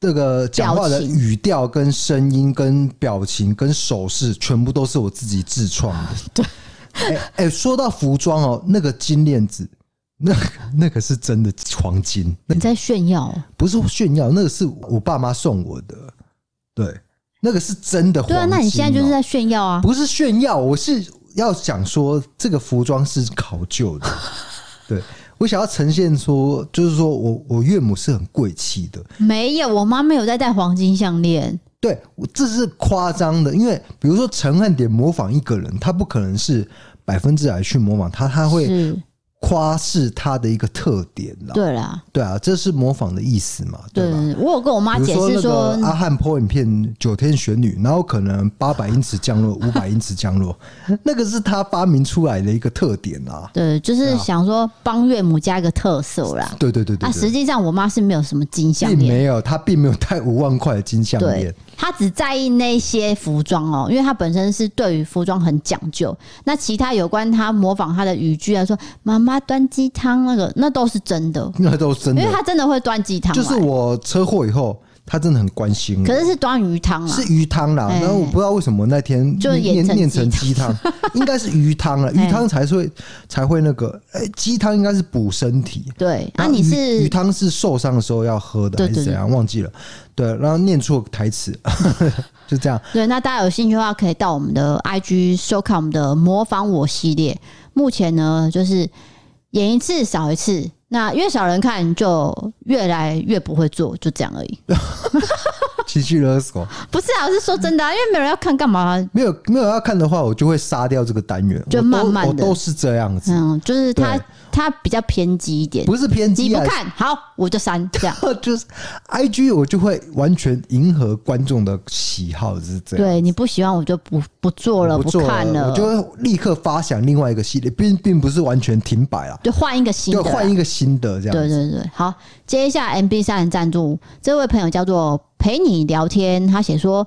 [SPEAKER 2] 这个讲话的
[SPEAKER 1] 表情
[SPEAKER 2] 语调、跟声音、跟表情、跟手势，全部都是我自己自创 的。对，哎、哎说到服装哦，那个金链子，那那个是真的黄金，那
[SPEAKER 1] 你在炫耀哦、
[SPEAKER 2] 不是炫耀，那个是我爸妈送我的。对，那个是真的黄
[SPEAKER 1] 对
[SPEAKER 2] 金、哦
[SPEAKER 1] 啊，那你现在就是。在炫耀啊。
[SPEAKER 2] 不是炫耀，我是要讲说这个服装是考究的，对我想要呈现说，就是说我我岳母是很贵气的，
[SPEAKER 1] 没有，我妈没有在戴黄金项链。
[SPEAKER 2] 对我这是夸张的，因为比如说陈汉典模仿一个人，他不可能是百分之百去模仿他，他会
[SPEAKER 1] 是
[SPEAKER 2] 夸饰他的一个特点啦。
[SPEAKER 1] 对啦，
[SPEAKER 2] 对啊，这是模仿的意思嘛，
[SPEAKER 1] 对
[SPEAKER 2] 吧？
[SPEAKER 1] 我有跟我妈
[SPEAKER 2] 比
[SPEAKER 1] 解
[SPEAKER 2] 如说
[SPEAKER 1] 释
[SPEAKER 2] 那
[SPEAKER 1] 说，
[SPEAKER 2] 个阿啊汉破影片九天玄女，然后可能八百英尺降落，五百英尺降落， 那个是他发明出来的一个特点啊。
[SPEAKER 1] 对，就是想说帮岳母加一个特色啦。
[SPEAKER 2] 对对对对
[SPEAKER 1] 啊，实
[SPEAKER 2] 对，
[SPEAKER 1] 际上我妈是没有什么金项
[SPEAKER 2] 并
[SPEAKER 1] 链，
[SPEAKER 2] 没有他并没有带五万块的金项链
[SPEAKER 1] 对，她只在意那些服装哦，因为她本身是对于服装很讲究。那其他有关她模仿她的语句啊，说妈妈端鸡汤那个，那都是真的，
[SPEAKER 2] 那都真
[SPEAKER 1] 因为
[SPEAKER 2] 的。
[SPEAKER 1] 她真的会端鸡汤来，
[SPEAKER 2] 就是我车祸以后，他真的很关心我。
[SPEAKER 1] 可是是端鱼汤啊，
[SPEAKER 2] 是鱼汤啦，
[SPEAKER 1] 哎
[SPEAKER 2] 然后我不知道为什么那天
[SPEAKER 1] 就
[SPEAKER 2] 念
[SPEAKER 1] 演成
[SPEAKER 2] 念
[SPEAKER 1] 鸡
[SPEAKER 2] 念成鸡汤， 应该是鱼汤了，
[SPEAKER 1] 哎
[SPEAKER 2] 鱼汤才会才会那个，哎，鸡汤应该是补身体。
[SPEAKER 1] 对。啊，
[SPEAKER 2] 然后
[SPEAKER 1] 你
[SPEAKER 2] 鱼
[SPEAKER 1] 是
[SPEAKER 2] 鱼汤是受伤的时候要喝的
[SPEAKER 1] 对
[SPEAKER 2] 还是
[SPEAKER 1] 对
[SPEAKER 2] 怎样？忘记了，对，然后念错台词， 就这样。
[SPEAKER 1] 对，那大家有兴趣的话，可以到我们的 IG 收看我们的模仿我系列。目前呢，就是演一次少一次，那越少人看就越来越不会做，就这样而已。
[SPEAKER 2] 情绪勒索，
[SPEAKER 1] 不是啊，我是说真
[SPEAKER 2] 嗯
[SPEAKER 1] 的、啊，因为没有人要看，干嘛？啊
[SPEAKER 2] 没有没有要看的话，我就会杀掉这个单元。
[SPEAKER 1] 就
[SPEAKER 2] 我都
[SPEAKER 1] 慢慢
[SPEAKER 2] 我
[SPEAKER 1] 地
[SPEAKER 2] 都是这样子，
[SPEAKER 1] 嗯，就是他
[SPEAKER 2] 对
[SPEAKER 1] 他比较偏激一点，
[SPEAKER 2] 不是偏
[SPEAKER 1] 你
[SPEAKER 2] 激
[SPEAKER 1] 不
[SPEAKER 2] 啊，
[SPEAKER 1] 看好我就删，这样。
[SPEAKER 2] 就是 I G 我就会完全迎合观众的喜好，是这样。
[SPEAKER 1] 对你不喜欢我就不不做了，
[SPEAKER 2] 我
[SPEAKER 1] 不
[SPEAKER 2] 不做
[SPEAKER 1] 看
[SPEAKER 2] 了，我就会立刻发想另外一个系列，并并不是完全停摆了，
[SPEAKER 1] 就换一个新
[SPEAKER 2] 就
[SPEAKER 1] 的啦。
[SPEAKER 2] 换一个新的这样。
[SPEAKER 1] 啊对对对，好，接一下 MB 三的赞助，这位朋友叫做陪你聊天，他写说：“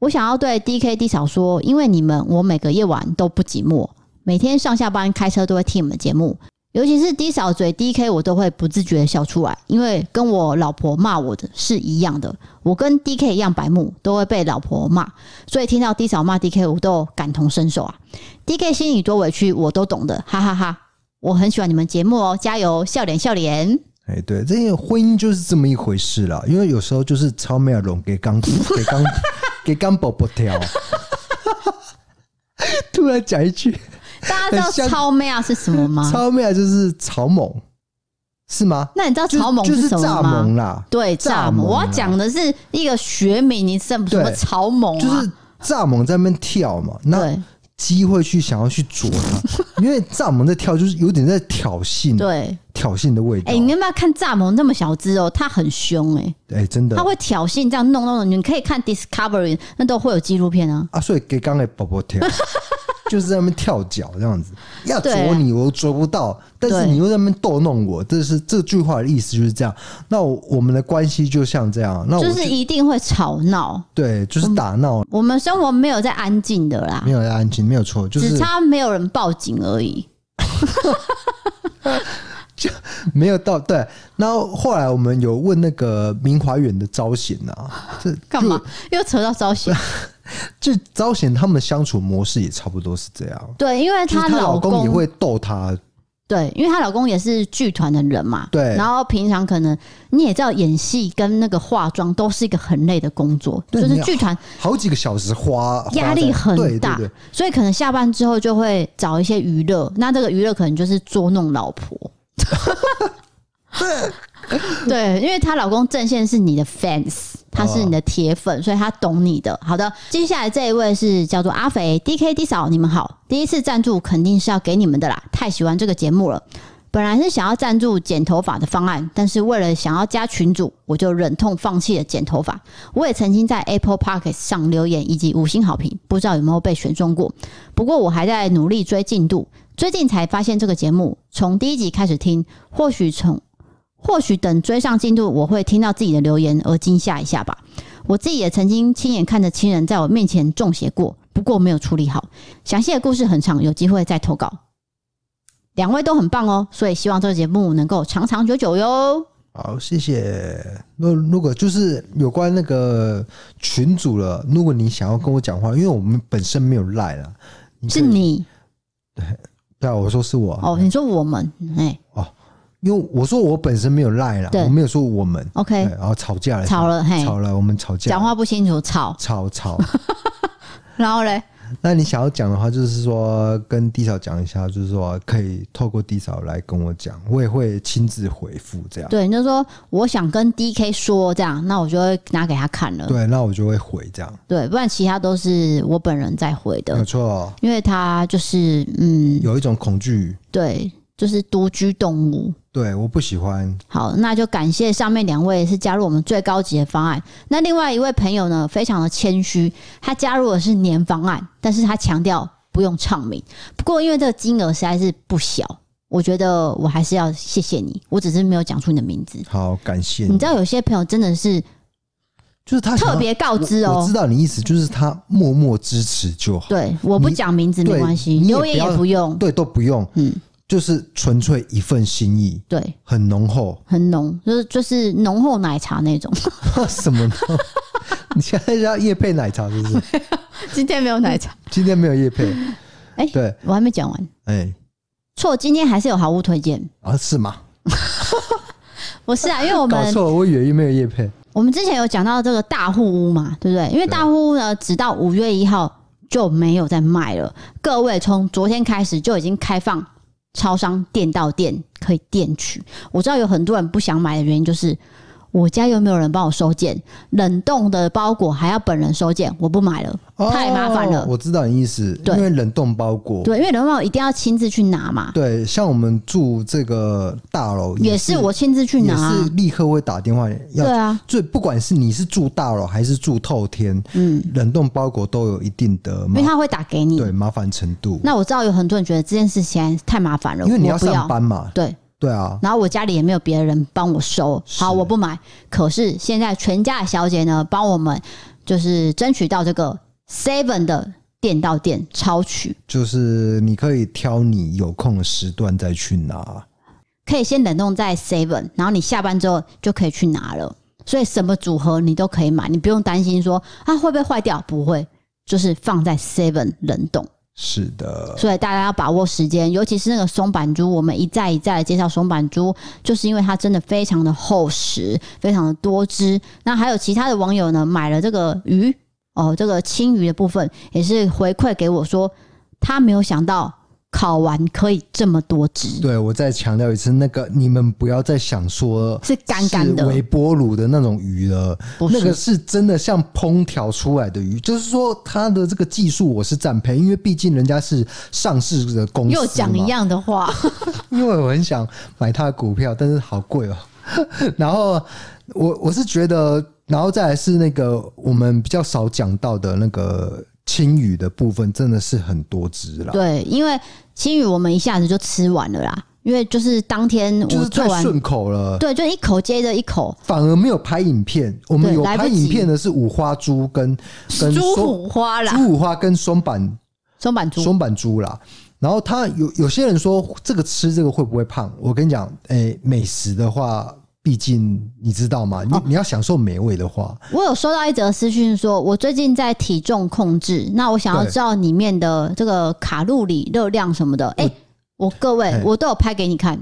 [SPEAKER 1] 我想要对 DK D 嫂说，因为你们，我每个夜晚都不寂寞，每天上下班开车都会听你们节目，尤其是 D 嫂嘴 DK，我都会不自觉的笑出来，因为跟我老婆骂我的是一样的，我跟 DK 一样白目，都会被老婆骂，所以听到 D 嫂骂 DK，我都感同身受啊。DK 心里多委屈，我都懂的，哈哈哈我很喜欢你们节目哦，加油，笑脸笑脸。
[SPEAKER 2] 哎、对，这个婚姻就是这么一回事啦。因为有时候就是超美尔龙给刚 给刚给刚宝宝跳， 突然讲一句，
[SPEAKER 1] 大家知道超妹啊是什么吗？
[SPEAKER 2] 哎超美尔啊就是草蜢，是吗？
[SPEAKER 1] 那你知道
[SPEAKER 2] 就
[SPEAKER 1] 超萌
[SPEAKER 2] 就是
[SPEAKER 1] 什么
[SPEAKER 2] 蚱
[SPEAKER 1] 吗？
[SPEAKER 2] 蜢啦，
[SPEAKER 1] 对，蚱
[SPEAKER 2] 蚱蜢
[SPEAKER 1] 蜢。
[SPEAKER 2] 啊
[SPEAKER 1] 我要讲的是一个学名，你什么什
[SPEAKER 2] 对
[SPEAKER 1] 么草蜢啊？
[SPEAKER 2] 就是蚱蜢在那边跳嘛。那
[SPEAKER 1] 对
[SPEAKER 2] 鸡会去想要去啄 它，因为蚱蜢在跳就是有点在挑衅，
[SPEAKER 1] 对，
[SPEAKER 2] 挑衅的味道。
[SPEAKER 1] 哎、你有没有看蚱蜢那么小只哦？它很凶哎、
[SPEAKER 2] 哎、真的
[SPEAKER 1] 它，会挑衅，这样弄弄弄。你可以看 Discovery，那都会有纪录片啊。
[SPEAKER 2] 啊，所以给刚才宝宝 跳，就是在那边跳脚这样子，要啄你我啄不到，但是
[SPEAKER 1] 对
[SPEAKER 2] 你又在那边逗弄我，这是这句话的意思就是这样。那我我们的关系就像这样，那我
[SPEAKER 1] 就是一定会吵闹，
[SPEAKER 2] 对，就是打闹，
[SPEAKER 1] 我们生活没有在安静的啦
[SPEAKER 2] 没，有安静，没有错，就
[SPEAKER 1] 只
[SPEAKER 2] 是
[SPEAKER 1] 差没有人报警而已。
[SPEAKER 2] 没有到对。然后后来我们有问那个明华园的招贤啊，这
[SPEAKER 1] 干嘛又扯到招贤？
[SPEAKER 2] 就招贤他们相处模式也差不多是这样，
[SPEAKER 1] 对，因为
[SPEAKER 2] 就是
[SPEAKER 1] 她
[SPEAKER 2] 她老
[SPEAKER 1] 老
[SPEAKER 2] 公也会逗她，
[SPEAKER 1] 对，因为她老公也是剧团的人嘛，
[SPEAKER 2] 对
[SPEAKER 1] 然后平常可能你也知道，演戏跟那个化妆都是一个很累的工作，
[SPEAKER 2] 对
[SPEAKER 1] 就是
[SPEAKER 2] 你要
[SPEAKER 1] 剧团
[SPEAKER 2] 好几个小时花花
[SPEAKER 1] 压
[SPEAKER 2] 在
[SPEAKER 1] 力
[SPEAKER 2] 对
[SPEAKER 1] 很
[SPEAKER 2] 对
[SPEAKER 1] 大，
[SPEAKER 2] 对
[SPEAKER 1] 所以可能下班之后就会找一些娱乐。那这个娱乐可能就是捉弄老 婆。对，因为她老公郑宪是你的 fans，他是你的铁粉，
[SPEAKER 2] 啊
[SPEAKER 1] 所以他懂你的。好的，接下来这一位是叫做阿肥 D K D 嫂，你们好，第一次赞助肯定是要给你们的啦，太喜欢这个节目了。本来是想要赞助剪头发的方案，但是为了想要加群主，我就忍痛放弃了剪头发。我也曾经在 Apple p o c k e t 上留言以及五星好评，不知道有没有被选中过。不过我还在努力追进度，最近才发现这个节目，从第一集开始听，或许从或许等追上进度，我会听到自己的留言而惊吓一下吧。我自己也曾经亲眼看着亲人在我面前中邪过，不过没有处理好。详细的故事很长，有机会再投稿。两位都很棒哦，所以希望这个节目能够长长久久哟。
[SPEAKER 2] 好，谢谢。那如果就是有关那个群主了，如果你想要跟我讲话，因为我们本身没有赖啦，可
[SPEAKER 1] 是
[SPEAKER 2] 以
[SPEAKER 1] 你
[SPEAKER 2] 对啊，我说是我啊，
[SPEAKER 1] 哦，你说我们哎、
[SPEAKER 2] 因为我说我本身没有赖啦，
[SPEAKER 1] 对
[SPEAKER 2] 我没有说我们
[SPEAKER 1] o
[SPEAKER 2] 对，
[SPEAKER 1] k
[SPEAKER 2] 然后吵架了，
[SPEAKER 1] 哦哎吵了嘿，
[SPEAKER 2] 吵了，我们吵架，
[SPEAKER 1] 讲话不清楚吵，
[SPEAKER 2] 吵吵。
[SPEAKER 1] 然后嘞，
[SPEAKER 2] 那你想要讲的话，就是说跟 D 嫂讲一下，就是说可以透过 D 嫂来跟我讲，我也会亲自回复这样。
[SPEAKER 1] 对，你就说我想跟 DK 说这样，那我就会拿给他看了，
[SPEAKER 2] 对，那我就会回这样，
[SPEAKER 1] 对，不然其他都是我本人在回
[SPEAKER 2] 没有
[SPEAKER 1] 的，
[SPEAKER 2] 错。
[SPEAKER 1] 因为他就是嗯，
[SPEAKER 2] 有一种恐惧，
[SPEAKER 1] 对，就是独居动物。
[SPEAKER 2] 对，我不喜欢。
[SPEAKER 1] 好，那就感谢上面两位是加入我们最高级的方案。那另外一位朋友呢，非常的谦虚，他加入的是年方案，但是他强调不用唱名。不过因为这个金额实在是不小，我觉得我还是要谢谢你，我只是没有讲出你的名字。
[SPEAKER 2] 好，感谢
[SPEAKER 1] 你知道有些朋友真的是
[SPEAKER 2] 就是他想要
[SPEAKER 1] 特别告知
[SPEAKER 2] 我
[SPEAKER 1] 哦、
[SPEAKER 2] 我知道你意思，就是他默默支持就好。
[SPEAKER 1] 对，我不
[SPEAKER 2] 你
[SPEAKER 1] 讲名字没
[SPEAKER 2] 对
[SPEAKER 1] 关系，
[SPEAKER 2] 你也
[SPEAKER 1] 留
[SPEAKER 2] 不
[SPEAKER 1] 言也
[SPEAKER 2] 要
[SPEAKER 1] 不用。
[SPEAKER 2] 对，都不用，
[SPEAKER 1] 嗯，
[SPEAKER 2] 就是纯粹一份心意，
[SPEAKER 1] 对，。
[SPEAKER 2] 很浓厚
[SPEAKER 1] 很浓，就是就是浓厚奶茶那种。
[SPEAKER 2] 什么呢？你现在要夜配奶 茶是不是？
[SPEAKER 1] 今天没有奶茶，
[SPEAKER 2] 今天没有夜配。
[SPEAKER 1] 哎
[SPEAKER 2] 对，
[SPEAKER 1] 我还没讲完。
[SPEAKER 2] 哎、
[SPEAKER 1] 错，今天还是有好物推荐。
[SPEAKER 2] 啊是吗？
[SPEAKER 1] 不是啊，因为我
[SPEAKER 2] 搞
[SPEAKER 1] 们
[SPEAKER 2] 错了，我以为没有夜配。
[SPEAKER 1] 我们之前有讲到这个大户屋嘛，对不对？因为大户屋呢，直到五月一号就没有在卖了。各位从昨天开始就已经开放超商店到店可以店取。我知道有很多人不想买的原因就是。我家又没有人帮我收件，冷冻的包裹还要本人收件，我不买了，
[SPEAKER 2] 哦
[SPEAKER 1] 太麻烦了。
[SPEAKER 2] 我知道你意思，
[SPEAKER 1] 对
[SPEAKER 2] 因为冷冻包裹，
[SPEAKER 1] 对，因为冷冻包裹一定要亲自去拿嘛，
[SPEAKER 2] 对，像我们住这个大楼
[SPEAKER 1] 也
[SPEAKER 2] 是
[SPEAKER 1] 是我亲自去拿、
[SPEAKER 2] 也
[SPEAKER 1] 啊
[SPEAKER 2] 是。立刻会打电话要
[SPEAKER 1] 对。啊，
[SPEAKER 2] 最不管是你是住大楼还是住透天，
[SPEAKER 1] 嗯，
[SPEAKER 2] 冷冻包裹都有一定的
[SPEAKER 1] 因
[SPEAKER 2] 麻
[SPEAKER 1] 为他会打给你。
[SPEAKER 2] 对麻烦程度。
[SPEAKER 1] 那我知道有很多人觉得这件事情太麻烦了，
[SPEAKER 2] 因为你
[SPEAKER 1] 我
[SPEAKER 2] 要
[SPEAKER 1] 不
[SPEAKER 2] 上班嘛，
[SPEAKER 1] 对，
[SPEAKER 2] 对啊，
[SPEAKER 1] 然后我家里也没有别人帮我收，
[SPEAKER 2] 是
[SPEAKER 1] 好，我不买。可是现在全家的小姐呢，帮我们就是争取到这个 Seven 的店到店超取，
[SPEAKER 2] 就是你可以挑你有空的时段再去拿。
[SPEAKER 1] 可以先冷冻在 Seven，然后你下班之后就可以去拿了。所以什么组合你都可以买，你不用担心说啊会不会坏掉，不会，就是放在 Seven 冷冻。
[SPEAKER 2] 是的，
[SPEAKER 1] 所以大家要把握时间，尤其是那个松板猪，我们一再一再的介绍松板猪，就是因为它真的非常的厚实，非常的多汁。那还有其他的网友呢，买了这个鱼哦，这个青鱼的部分也是回馈给我说，他没有想到烤完可以这么多汁，
[SPEAKER 2] 对我再强调一次，那个你们不要再想说
[SPEAKER 1] 是干干的
[SPEAKER 2] 是微波炉的那种鱼了，
[SPEAKER 1] 不是
[SPEAKER 2] 那个是真的像烹调出来的鱼，就是说它的这个技术我是赞佩，因为毕竟人家是上市的公司嘛
[SPEAKER 1] 又讲一，样的话，
[SPEAKER 2] 因为我很想买它的股票，但是好贵哦。 然后我我是觉得，然后再来是那个我们比较少讲到的那个青鱼的部分，真的是很多汁 啦。
[SPEAKER 1] 对，因为青鱼我们一下子就吃完了啦，因为就是当天
[SPEAKER 2] 就
[SPEAKER 1] 我
[SPEAKER 2] 是
[SPEAKER 1] 做
[SPEAKER 2] 太
[SPEAKER 1] 完，
[SPEAKER 2] 顺口了，
[SPEAKER 1] 对，就一口接着一口，
[SPEAKER 2] 反而没有拍影片。我们
[SPEAKER 1] 对
[SPEAKER 2] 有
[SPEAKER 1] 来不
[SPEAKER 2] 拍
[SPEAKER 1] 及
[SPEAKER 2] 影片的是五花猪跟跟
[SPEAKER 1] 猪
[SPEAKER 2] 松
[SPEAKER 1] 五花啦，
[SPEAKER 2] 猪五花跟松板
[SPEAKER 1] 松板猪。
[SPEAKER 2] 松板猪啦。然后他有有些人说这个吃这个会不会胖？我跟你讲，诶、美食的话，毕竟你知道
[SPEAKER 1] 哦
[SPEAKER 2] 嘛，你、你要享受美味的话，
[SPEAKER 1] 我有收到一则私讯说，我最近在体重控制，那我想要
[SPEAKER 2] 对
[SPEAKER 1] 知道里面的这个卡路里、热量什么的。哎、我各位
[SPEAKER 2] 哎，
[SPEAKER 1] 我都有拍给你看。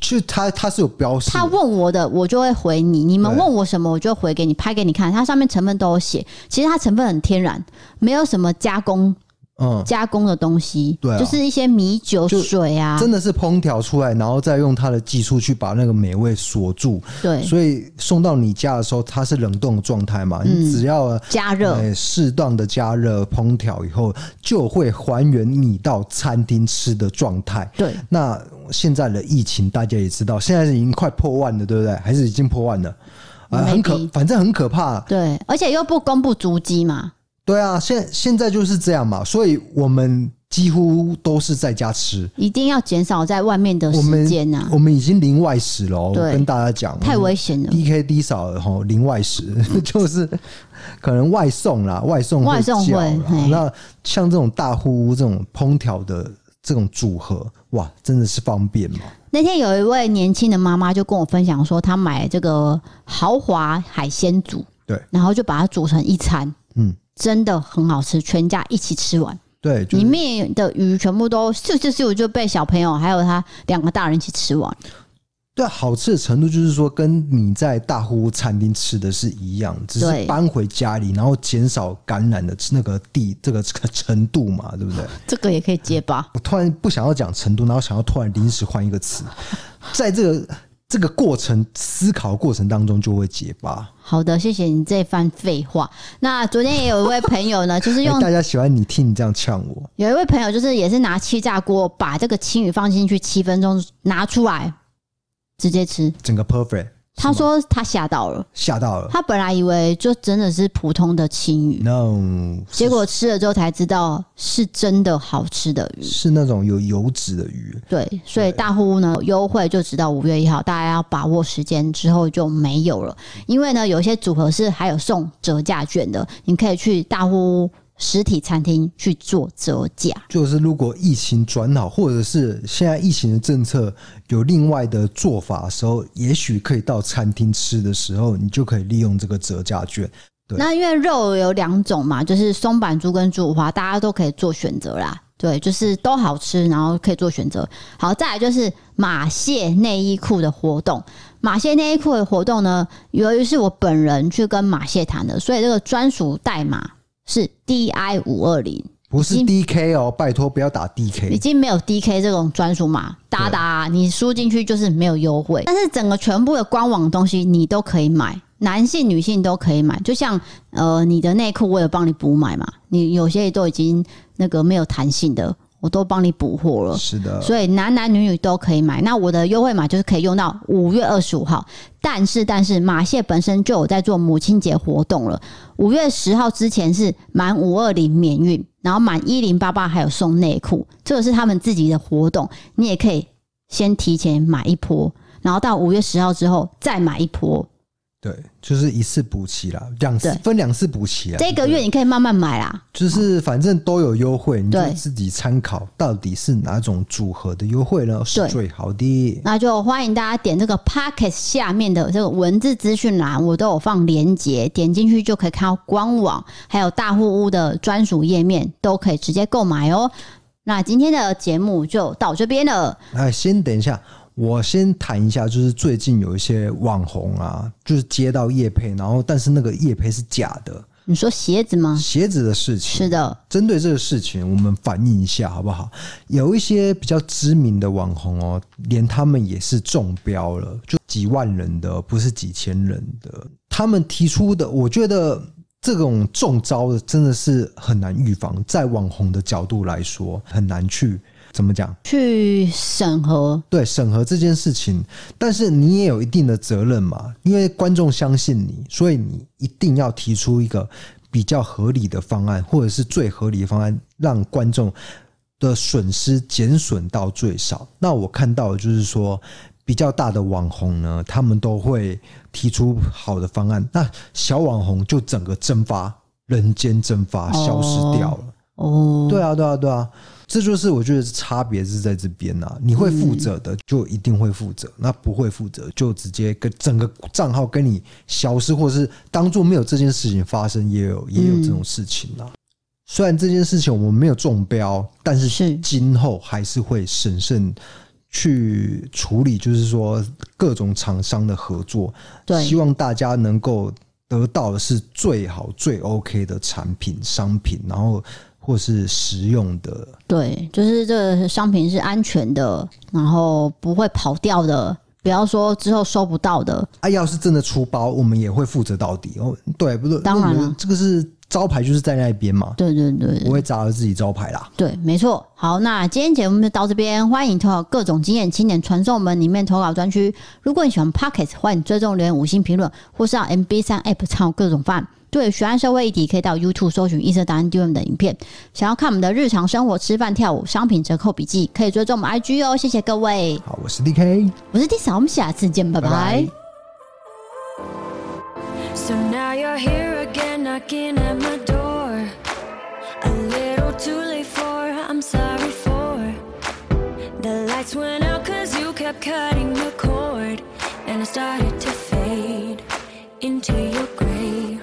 [SPEAKER 2] 其实它它是有标识的，
[SPEAKER 1] 他问我的，我就会回你；你们
[SPEAKER 2] 对
[SPEAKER 1] 问我什么，我就回给你，拍给你看。它上面成分都有写，其实它成分很天然，没有什么加工
[SPEAKER 2] 嗯，
[SPEAKER 1] 加工的东西，
[SPEAKER 2] 对啊
[SPEAKER 1] 就是一些米酒、
[SPEAKER 2] 就
[SPEAKER 1] 水啊，
[SPEAKER 2] 真的是烹调出来，然后再用它的技术去把那个美味锁住。
[SPEAKER 1] 对，
[SPEAKER 2] 所以送到你家的时候，它是冷冻的状态嘛，
[SPEAKER 1] 嗯
[SPEAKER 2] 你只要
[SPEAKER 1] 加热。
[SPEAKER 2] 哎适当的加热烹调以后，就会还原你到餐厅吃的状态。
[SPEAKER 1] 对，
[SPEAKER 2] 那现在的疫情大家也知道，现在是已经快破万了，对不对？还是已经破万了？啊、很可
[SPEAKER 1] Maybe，
[SPEAKER 2] 反正很可怕。
[SPEAKER 1] 对，而且又不公布足迹嘛，
[SPEAKER 2] 对啊，现现在就是这样嘛，所以我们几乎都是在家吃。
[SPEAKER 1] 一定要减少在外面的
[SPEAKER 2] 我
[SPEAKER 1] 时
[SPEAKER 2] 们
[SPEAKER 1] 间呐、
[SPEAKER 2] 我们已经零外食了哦，我
[SPEAKER 1] 对
[SPEAKER 2] 跟大家讲，
[SPEAKER 1] 太危险了。
[SPEAKER 2] D K D 少了吼，零外食 就是可能外送啦，外送
[SPEAKER 1] 外送
[SPEAKER 2] 叫啦
[SPEAKER 1] 会嘿
[SPEAKER 2] 那像这种大户屋这种烹调的这种组合，哇，真的是方便嘛？
[SPEAKER 1] 那天有一位年轻的妈妈就跟我分享说，她买这个豪华海鲜煮，
[SPEAKER 2] 对，
[SPEAKER 1] 然后就把它煮成一餐，
[SPEAKER 2] 嗯，
[SPEAKER 1] 真的很好吃，全家一起吃完，
[SPEAKER 2] 对，就
[SPEAKER 1] 里
[SPEAKER 2] 是
[SPEAKER 1] 面的鱼全部都咻咻咻就被小朋友还有他两个大人一起吃完，
[SPEAKER 2] 对啊好吃的程度，就是说跟你在大户屋餐厅吃的是一样，只
[SPEAKER 1] 对
[SPEAKER 2] 是搬回家里，然后减少感染的那个地这个这个程度嘛，对不对？
[SPEAKER 1] 这个也可以接吧？
[SPEAKER 2] 我突然不想要讲程度，然后想要突然临时换一个词，在这个这个过程思考过程当中就会结巴。
[SPEAKER 1] 好的，谢谢你这番废话。那昨天也有一位朋友呢，就是
[SPEAKER 2] 哎
[SPEAKER 1] 用
[SPEAKER 2] 大家喜欢你听你这样呛我，
[SPEAKER 1] 有一位朋友就是也是拿气炸锅把这个青鱼放进去七分钟，拿出来直接吃。
[SPEAKER 2] 整个 perfect
[SPEAKER 1] 他说他吓到了，
[SPEAKER 2] 吓到了。
[SPEAKER 1] 他本来以为就真的是普通的青鱼，
[SPEAKER 2] No，
[SPEAKER 1] 结果吃了之后才知道是真的好吃的鱼。
[SPEAKER 2] 是那种有油脂的鱼，
[SPEAKER 1] 对，所以大户呢优惠就直到五月一号，大家要把握时间，之后就没有了。因为呢，有一些组合是还有送折价券的，你可以去大户实体餐厅去做折价。
[SPEAKER 2] 就是如果疫情转好，或者是现在疫情的政策有另外的做法的时候，也许可以到餐厅吃的时候，你就可以利用这个折价券。对
[SPEAKER 1] 那因为肉有两种嘛，就是松板猪跟猪五花，大家都可以做选择啦。对，就是都好吃，然后可以做选择。好，再来就是马蟹内衣裤的活动。马蟹内衣裤的活动呢，由于是我本人去跟马蟹谈的，所以这个专属代码是 DI 五二零，
[SPEAKER 2] 不是
[SPEAKER 1] 已
[SPEAKER 2] DK 哦，拜托不要打
[SPEAKER 1] 已
[SPEAKER 2] DK，
[SPEAKER 1] 经没有 DK 这种专属码，达达你输进去就是没有优惠。但是整个全部的官网的东西你都可以买，男性女性都可以买。就像呃，你的内裤我也帮你补买嘛，你有些都已经那个没有弹性的，我都帮你补货了。
[SPEAKER 2] 是的，
[SPEAKER 1] 所以男男女女都可以买。那我的优惠码就是可以用到五月二十五号，但是但是马蟹本身就有在做母亲节活动了，五月十号之前是满五二零免运，然后满一零八八还有送内裤，这个是他们自己的活动，你也可以先提前买一波，然后到五月十号之后再买一波，
[SPEAKER 2] 对，就是一次补齐啦，两次
[SPEAKER 1] 对
[SPEAKER 2] 分两次补齐啦。啊
[SPEAKER 1] 这个月你可以慢慢买啦。
[SPEAKER 2] 就是反正都有优惠，你就
[SPEAKER 1] 对
[SPEAKER 2] 自己参考到底是哪种组合的优惠呢是
[SPEAKER 1] 对
[SPEAKER 2] 最好的。
[SPEAKER 1] 那就欢迎大家点这个 Pocket 下面的这个文字资讯栏，我都有放链接，点进去就可以看到官网，还有大户屋的专属页面，都可以直接购买哦。那今天的节目就到这边了，
[SPEAKER 2] 哎，先等一下，我先谈一下，就是最近有一些网红啊，就是接到叶配，然后但是那个叶配是假的，
[SPEAKER 1] 你说鞋子吗？
[SPEAKER 2] 鞋子的事情。
[SPEAKER 1] 是的，
[SPEAKER 2] 针对这个事情，我们反映一下好不好？有一些比较知名的网红哦，连他们也是中标了，就几万人的，不是几千人的。他们提出的，我觉得这种中招的真的是很难预防，在网红的角度来说，很难去怎么讲。
[SPEAKER 1] 去审核
[SPEAKER 2] 对审核这件事情，但是你也有一定的责任嘛，因为观众相信你，所以你一定要提出一个比较合理的方案，或者是最合理的方案，让观众的损失减损到最少。那我看到的就是说。比较大的网红呢，他们都会提出好的方案，那小网红就整个蒸发，人间蒸发，
[SPEAKER 1] 哦
[SPEAKER 2] 消失掉了。
[SPEAKER 1] 哦。
[SPEAKER 2] 对啊，对啊，对啊，这就是我觉得差别是在这边呐、你会负责的就一定会负责，那不会负责就直接跟整个账号跟你消失，或者是当做没有这件事情发生，也有也有这种事情啦。虽然这件事情我们没有中标，但
[SPEAKER 1] 是
[SPEAKER 2] 是今后还是会审慎去处理，就是说各种厂商的合作，
[SPEAKER 1] 对
[SPEAKER 2] 希望大家能够得到的是最好、最 OK 的产品、商品，然后或是实用的。
[SPEAKER 1] 对，就是这个商品是安全的，然后不会跑掉的，不要说之后收不到的。
[SPEAKER 2] 啊，要是真的出包，我们也会负责到底。哦，对，不是，
[SPEAKER 1] 当然了啊
[SPEAKER 2] 我们这个是招牌，就是在那边嘛，
[SPEAKER 1] 对对对对
[SPEAKER 2] 不会砸了自己招牌啦。
[SPEAKER 1] 对，没错。好，那今天节目就到这边，欢迎投稿各种经验青年传送门里面投稿专区。如果你喜欢 Pocket，欢迎追踪留言、五星评论，或是到 MB 三 App 唱各种饭。对学案社会议题，可以到 YouTube 搜寻“异色答案 DM” 的影片。想要看我们的日常生活、吃饭、跳舞、商品折扣笔记，可以追踪我们 IG 哦。谢谢各位，
[SPEAKER 2] 好，我是 DK，
[SPEAKER 1] 我是 D 嫂，我们下次见，拜
[SPEAKER 2] 拜
[SPEAKER 1] 拜
[SPEAKER 2] 拜。
[SPEAKER 3] So now you're here again, knocking at my door. A little too late for, I'm sorry for. The lights went out cause you kept cutting the cord. And I started to fade into your gray.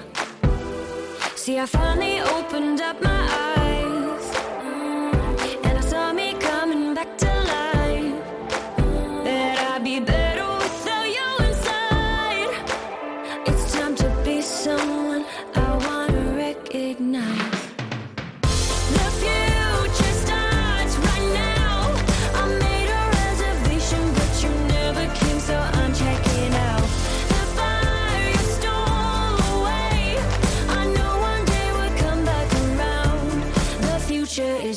[SPEAKER 3] See, I finally opened up my eyes. mm, And I saw me coming back to life. That I'd be better without you inside. It's time to be someone I wanna recognize. The future starts right now. I made a reservation, but you never came, so I'm checking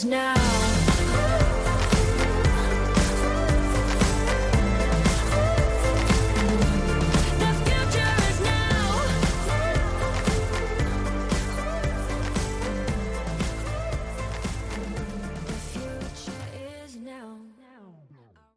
[SPEAKER 3] now.